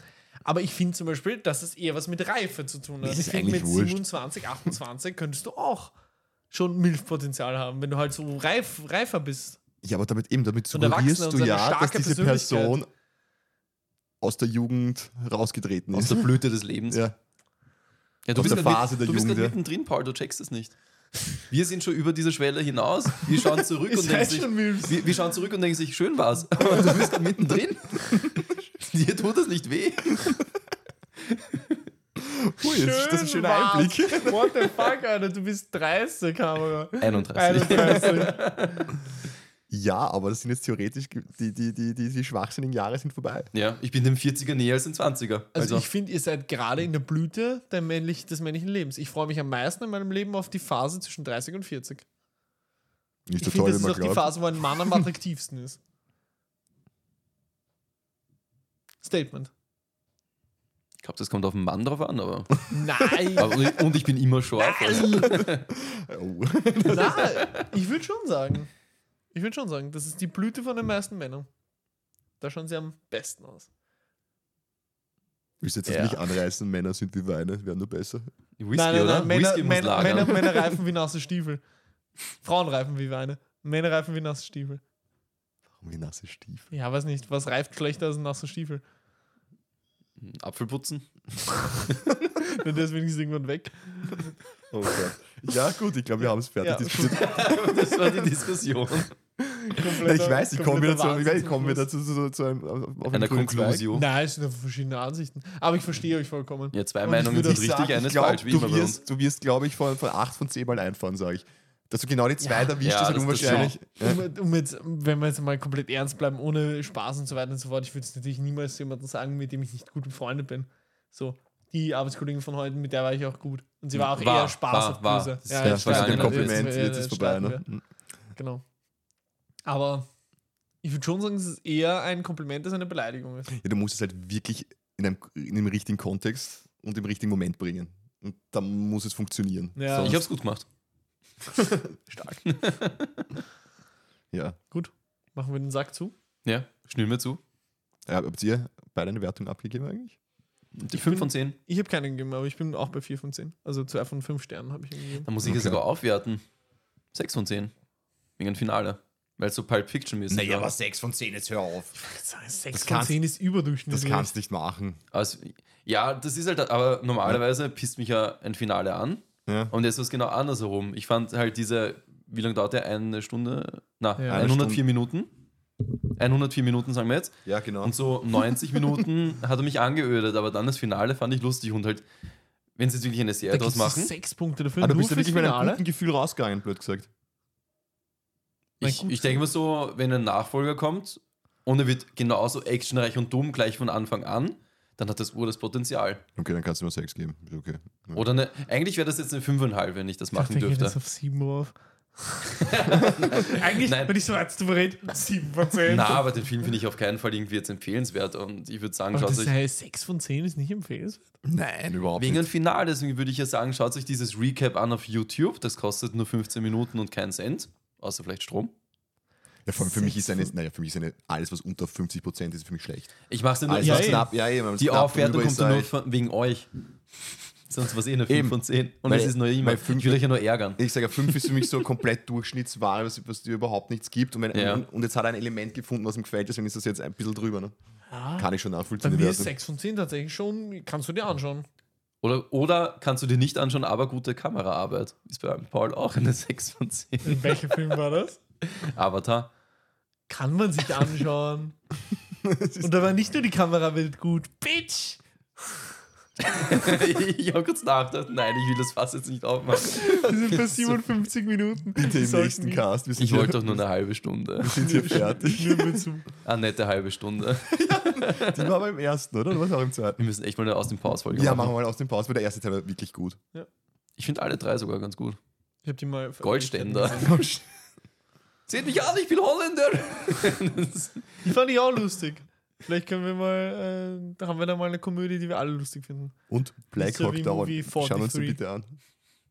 Speaker 1: aber ich finde zum Beispiel, dass es eher was mit Reife zu tun hat.
Speaker 2: Ist
Speaker 1: Ich finde,
Speaker 2: eigentlich
Speaker 1: mit
Speaker 2: wurscht.
Speaker 1: 27, 28 könntest du auch schon Milfpotenzial haben, wenn du halt so reif, reifer bist.
Speaker 2: Ja, aber damit eben, damit
Speaker 1: Und Erwachsene
Speaker 2: suggerierst
Speaker 1: und
Speaker 2: du
Speaker 1: seine
Speaker 2: ja, dass
Speaker 1: starke
Speaker 2: diese
Speaker 1: Persönlichkeit.
Speaker 2: Person aus der Jugend rausgetreten
Speaker 3: Aus
Speaker 2: ist.
Speaker 3: der Blüte des Lebens.
Speaker 2: Ja.
Speaker 3: Ja, du
Speaker 2: Aus
Speaker 3: bist
Speaker 2: der
Speaker 3: grad mit-
Speaker 2: Phase der
Speaker 3: du bist grad
Speaker 2: Jugend, ja.
Speaker 3: mittendrin, Paul, du checkst es nicht. Wir sind schon über diese Schwelle hinaus. Wir schauen zurück und denken
Speaker 1: heißt
Speaker 3: sich,
Speaker 1: schon Milfs.
Speaker 3: wir, wir schauen zurück und denken sich, schön war's. Aber du bist gerade mittendrin. Dir tut das nicht weh.
Speaker 2: Ui, das, ist- das ist ein schöner
Speaker 1: war's.
Speaker 2: Einblick.
Speaker 1: What the fuck, Alter, du bist 30, Kamera.
Speaker 3: 31.
Speaker 1: 31.
Speaker 2: Ja, aber das sind jetzt theoretisch, ge- die, die, die, die, die schwachsinnigen Jahre sind vorbei.
Speaker 3: Ja, ich bin dem 40er näher als dem 20er.
Speaker 1: Also,
Speaker 3: Also,
Speaker 1: ich finde, ihr seid gerade in der Blüte der männlich, des männlichen Lebens. Ich freue mich am meisten in meinem Leben auf die Phase zwischen 30 und 40.
Speaker 2: Nicht
Speaker 1: ich finde, das ist auch die Phase, wo ein Mann am attraktivsten ist. Statement.
Speaker 3: ich glaube, das kommt auf den Mann drauf an, aber.
Speaker 1: Nein,
Speaker 3: aber und ich bin immer scharf. Also,
Speaker 2: Oh.
Speaker 1: nein. Ich würde schon sagen, ich würde schon sagen, das ist die Blüte von den meisten Männern. Da schauen sie am besten aus.
Speaker 2: Willst du jetzt das
Speaker 3: Ja.
Speaker 2: nicht anreißen? Männer sind wie Weine, werden nur besser.
Speaker 3: Whisky,
Speaker 1: nein, nein,
Speaker 3: oder?
Speaker 1: nein, Männer,
Speaker 3: Whisky muss
Speaker 1: Männer,
Speaker 3: lagern.
Speaker 1: Männer, Männer reifen wie nasse Stiefel. Frauenreifen wie Weine. Männerreifen wie nasse Stiefel.
Speaker 2: Warum wie nasse Stiefel?
Speaker 1: Ja, weiß nicht. Was reift schlechter als ein nasser Stiefel?
Speaker 3: Hm, Apfelputzen?
Speaker 1: Wenn der ist wenigstens irgendwann weg.
Speaker 2: Oh Gott. Ja, gut, ich glaube, wir haben es fertig
Speaker 1: Ja.
Speaker 2: diskutiert.
Speaker 3: Das war die Diskussion.
Speaker 2: Nein, ich weiß, ich komme wieder, zu, ich weiß, ich komme wieder
Speaker 1: dazu.
Speaker 2: zu, zu, zu einem, auf einen
Speaker 3: Einer
Speaker 2: grünen
Speaker 3: Konklusion.
Speaker 1: Nein, es sind einfach verschiedene Ansichten. Aber ich verstehe euch vollkommen.
Speaker 3: Ja, zwei
Speaker 1: Und ich
Speaker 3: Meinungen
Speaker 1: würde
Speaker 2: Zweig.
Speaker 3: sind
Speaker 2: Ich
Speaker 3: richtig,
Speaker 2: sag, ich
Speaker 3: eines
Speaker 2: glaub,
Speaker 3: falsch, wie
Speaker 2: du
Speaker 3: immer bei uns.
Speaker 2: wirst, du wirst, glaube ich, von, von acht von zehn Mal einfahren, sage ich. Dass du genau die zwei
Speaker 1: Ja.
Speaker 2: erwischt, ist
Speaker 3: Ja,
Speaker 2: halt
Speaker 3: das- das
Speaker 2: unwahrscheinlich.
Speaker 1: Um, um jetzt, wenn wir jetzt mal komplett ernst bleiben, ohne Spaß und so weiter und so fort, ich würde es natürlich niemals jemandem sagen, mit dem ich nicht gut befreundet bin. So, die Arbeitskollegin von heute, mit der war ich auch gut. Und sie war auch
Speaker 3: War,
Speaker 1: eher Spaß
Speaker 3: war,
Speaker 1: auf
Speaker 3: war.
Speaker 1: Böse.
Speaker 3: Das
Speaker 2: Ja,
Speaker 3: Ja,
Speaker 2: ja,
Speaker 1: jetzt
Speaker 3: war
Speaker 2: mit
Speaker 1: starten
Speaker 2: dem
Speaker 1: wir-
Speaker 2: Kompliment,
Speaker 1: jetzt-
Speaker 2: jetzt ist vorbei.
Speaker 1: starten
Speaker 2: Ne?
Speaker 1: wir. Genau. Aber ich würde schon sagen, dass es eher ein Kompliment als eine Beleidigung ist.
Speaker 2: Ja, du musst es halt wirklich in einem, in dem richtigen Kontext und im richtigen Moment bringen. Und dann muss es funktionieren.
Speaker 1: Ja.
Speaker 3: Ich hab's gut gemacht.
Speaker 2: stark. ja.
Speaker 1: Machen wir den Sack zu.
Speaker 3: Ja, schnür mir zu.
Speaker 2: Ja, Habt ihr beide eine Wertung abgegeben eigentlich?
Speaker 3: Die
Speaker 1: bin-
Speaker 3: 5 von 10.
Speaker 1: Ich habe keinen gegeben, aber ich bin auch bei 4 von 10. Also 2 von 5 Sternen habe ich ihm gegeben.
Speaker 3: Da muss ich es
Speaker 2: Okay.
Speaker 3: sogar aufwerten. 6 von 10. Wegen dem Finale. Weil es so Pulp Fiction-mäßig war.
Speaker 2: 6 von 10, jetzt hör auf.
Speaker 1: 6 von
Speaker 2: kannst-
Speaker 1: 10 ist
Speaker 2: Das
Speaker 1: überdurchschnittlich.
Speaker 2: kannst nicht machen.
Speaker 3: Also, ja, das ist halt, aber normalerweise pisst mich ja ein Finale an.
Speaker 2: Ja.
Speaker 3: Und jetzt war es genau andersherum. Ich fand halt diese, wie lange dauert der? Eine Stunde? Na,
Speaker 1: Ja.
Speaker 2: Eine
Speaker 3: 104
Speaker 2: Stunde.
Speaker 3: Minuten. 104 Minuten, sagen wir jetzt.
Speaker 2: Ja, genau.
Speaker 3: Und so 90 Minuten hat er mich angeödet, aber dann das Finale fand ich lustig und halt, wenn sie jetzt wirklich eine Serie
Speaker 1: Da
Speaker 3: draus
Speaker 1: gibt's
Speaker 3: machen,
Speaker 1: sechs Punkte dafür.
Speaker 2: Aber Ah, du
Speaker 1: nur
Speaker 2: bist ja
Speaker 1: fürs
Speaker 2: wirklich mit einem
Speaker 1: Finale.
Speaker 2: guten Gefühl rausgegangen, blöd gesagt.
Speaker 1: Na
Speaker 3: ich,
Speaker 1: gut.
Speaker 3: ich denke mir so, wenn ein Nachfolger kommt und er wird genauso actionreich und dumm gleich von Anfang an, dann hat das Ur das Potenzial.
Speaker 2: Okay, dann kannst du nur 6 geben. Ist Okay. Ja.
Speaker 3: Oder eine, eigentlich wäre das jetzt eine 5,5, wenn ich das
Speaker 1: Ich
Speaker 3: machen
Speaker 1: denke jetzt
Speaker 3: dürfte.
Speaker 1: auf 7 rauf. Eigentlich,
Speaker 3: Nein.
Speaker 1: wenn ich so jetzt drüber rede, 7 von 10.
Speaker 3: Na, aber den Film finde ich auf keinen Fall irgendwie jetzt empfehlenswert und ich würde sagen,
Speaker 1: aber
Speaker 3: schaut
Speaker 1: das
Speaker 3: euch.
Speaker 1: heißt, 6 von 10 ist nicht empfehlenswert.
Speaker 2: Nein, überhaupt
Speaker 3: Wegen
Speaker 2: nicht.
Speaker 3: dem Finale, deswegen würde ich ja sagen, schaut euch dieses Recap an auf YouTube. Das kostet nur 15 Minuten und keinen Cent. Außer vielleicht Strom.
Speaker 2: Ja, vor allem für mich
Speaker 1: Sechs
Speaker 2: ist eine,
Speaker 1: von-
Speaker 2: naja, für mich ist eine, alles, was unter 50% ist, für mich schlecht.
Speaker 3: Ich mach's ja nur.
Speaker 2: Alles,
Speaker 1: Ja,
Speaker 2: was
Speaker 1: eh.
Speaker 2: Also knapp, ja, eben.
Speaker 3: die Aufwertung kommt ja nur von, wegen euch. Sonst was eh eine 5
Speaker 2: Eben.
Speaker 3: von 10. Und
Speaker 2: Weil-
Speaker 3: es ist nur immer.
Speaker 2: weil
Speaker 3: Ich
Speaker 2: fünf-
Speaker 3: will euch ja nur ärgern.
Speaker 2: Ich sage, 5 ist für mich so komplett Durchschnittswahl, was, was dir überhaupt nichts gibt. Und, wenn,
Speaker 3: Ja.
Speaker 2: und, und jetzt hat er ein Element gefunden, was ihm gefällt, deswegen ist das jetzt ein bisschen drüber. Ne?
Speaker 1: Ah.
Speaker 2: Kann ich schon
Speaker 1: Bei
Speaker 2: nachvollziehen. die
Speaker 1: mir ist
Speaker 2: Wertung.
Speaker 1: 6 von 10 tatsächlich schon, kannst du dir anschauen.
Speaker 3: Oder, oder kannst du dir nicht anschauen, aber gute Kameraarbeit. Ist bei Paul auch eine 6 von 10.
Speaker 1: Welcher Film war das?
Speaker 3: Avatar.
Speaker 1: Kann man sich anschauen. Und da war nicht nur die Kamerabild gut. Bitch!
Speaker 3: ich habe kurz nachgedacht, nein, ich will das Fass jetzt nicht aufmachen.
Speaker 1: Wir sind bei 57 Minuten.
Speaker 2: Bitte im
Speaker 1: Sollten
Speaker 2: nächsten
Speaker 1: wir-
Speaker 2: Cast. Wir sind,
Speaker 3: Ich
Speaker 2: hier,
Speaker 3: wollte doch nur eine halbe Stunde.
Speaker 2: sind hier fertig.
Speaker 1: Nur mit so-
Speaker 3: Eine nette halbe Stunde.
Speaker 2: Die war aber im ersten, oder? Oder was auch im zweiten?
Speaker 3: Wir müssen echt mal eine aus dem Pause-Folge
Speaker 2: Ja, machen wir mal aus dem Pause, weil der erste Teil war wirklich gut.
Speaker 3: Ich finde alle drei sogar ganz gut.
Speaker 1: Ich hab die mal.
Speaker 3: Goldständer. Seht mich an, ich bin Holländer. Das-
Speaker 1: Die fand ich auch lustig. Vielleicht können wir mal, äh, da haben wir da mal eine Komödie, die wir alle lustig finden.
Speaker 2: Und Black
Speaker 1: Mr.
Speaker 2: Hawk
Speaker 1: Wing
Speaker 2: Down.
Speaker 1: Movie
Speaker 2: Schauen wir uns den
Speaker 1: 43.
Speaker 2: bitte an.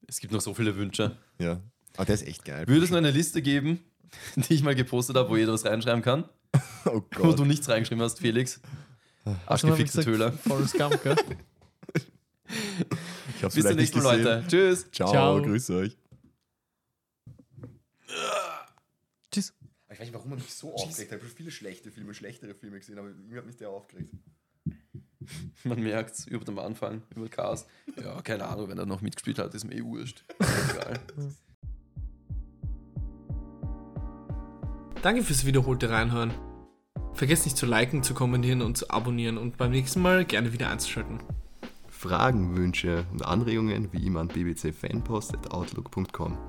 Speaker 3: es gibt noch so viele Wünsche.
Speaker 2: Ja. Aber der ist echt geil.
Speaker 3: Würde es nur eine Liste geben, die ich mal gepostet habe, wo jeder was reinschreiben kann,
Speaker 2: Oh
Speaker 3: wo
Speaker 2: Gott.
Speaker 3: du nichts reingeschrieben hast, Felix? Arschgefickte Töler.
Speaker 1: Forrest Gump, gell?
Speaker 2: Ich hab's
Speaker 3: Bis zum
Speaker 2: vielleicht nicht
Speaker 3: nächsten Mal,
Speaker 2: gesehen.
Speaker 3: Leute. Tschüss.
Speaker 2: Ciao,
Speaker 1: Ciao.
Speaker 2: grüß euch.
Speaker 1: Tschüss.
Speaker 2: Ich weiß nicht, warum man mich so aufgeregt hat. Ich habe viele schlechte Filme, schlechtere Filme gesehen, aber irgendwie hat mich der aufgeregt.
Speaker 3: Man merkt es über dem Anfang, über Chaos. Ja, keine Ahnung, wenn er noch mitgespielt hat, ist mir eh wurscht. Egal.
Speaker 4: Danke fürs wiederholte Reinhören. Vergesst nicht zu liken, zu kommentieren und zu abonnieren und beim nächsten Mal gerne wieder einzuschalten.
Speaker 2: Fragen, Wünsche und Anregungen wie immer an bbcfanpost.outlook.com.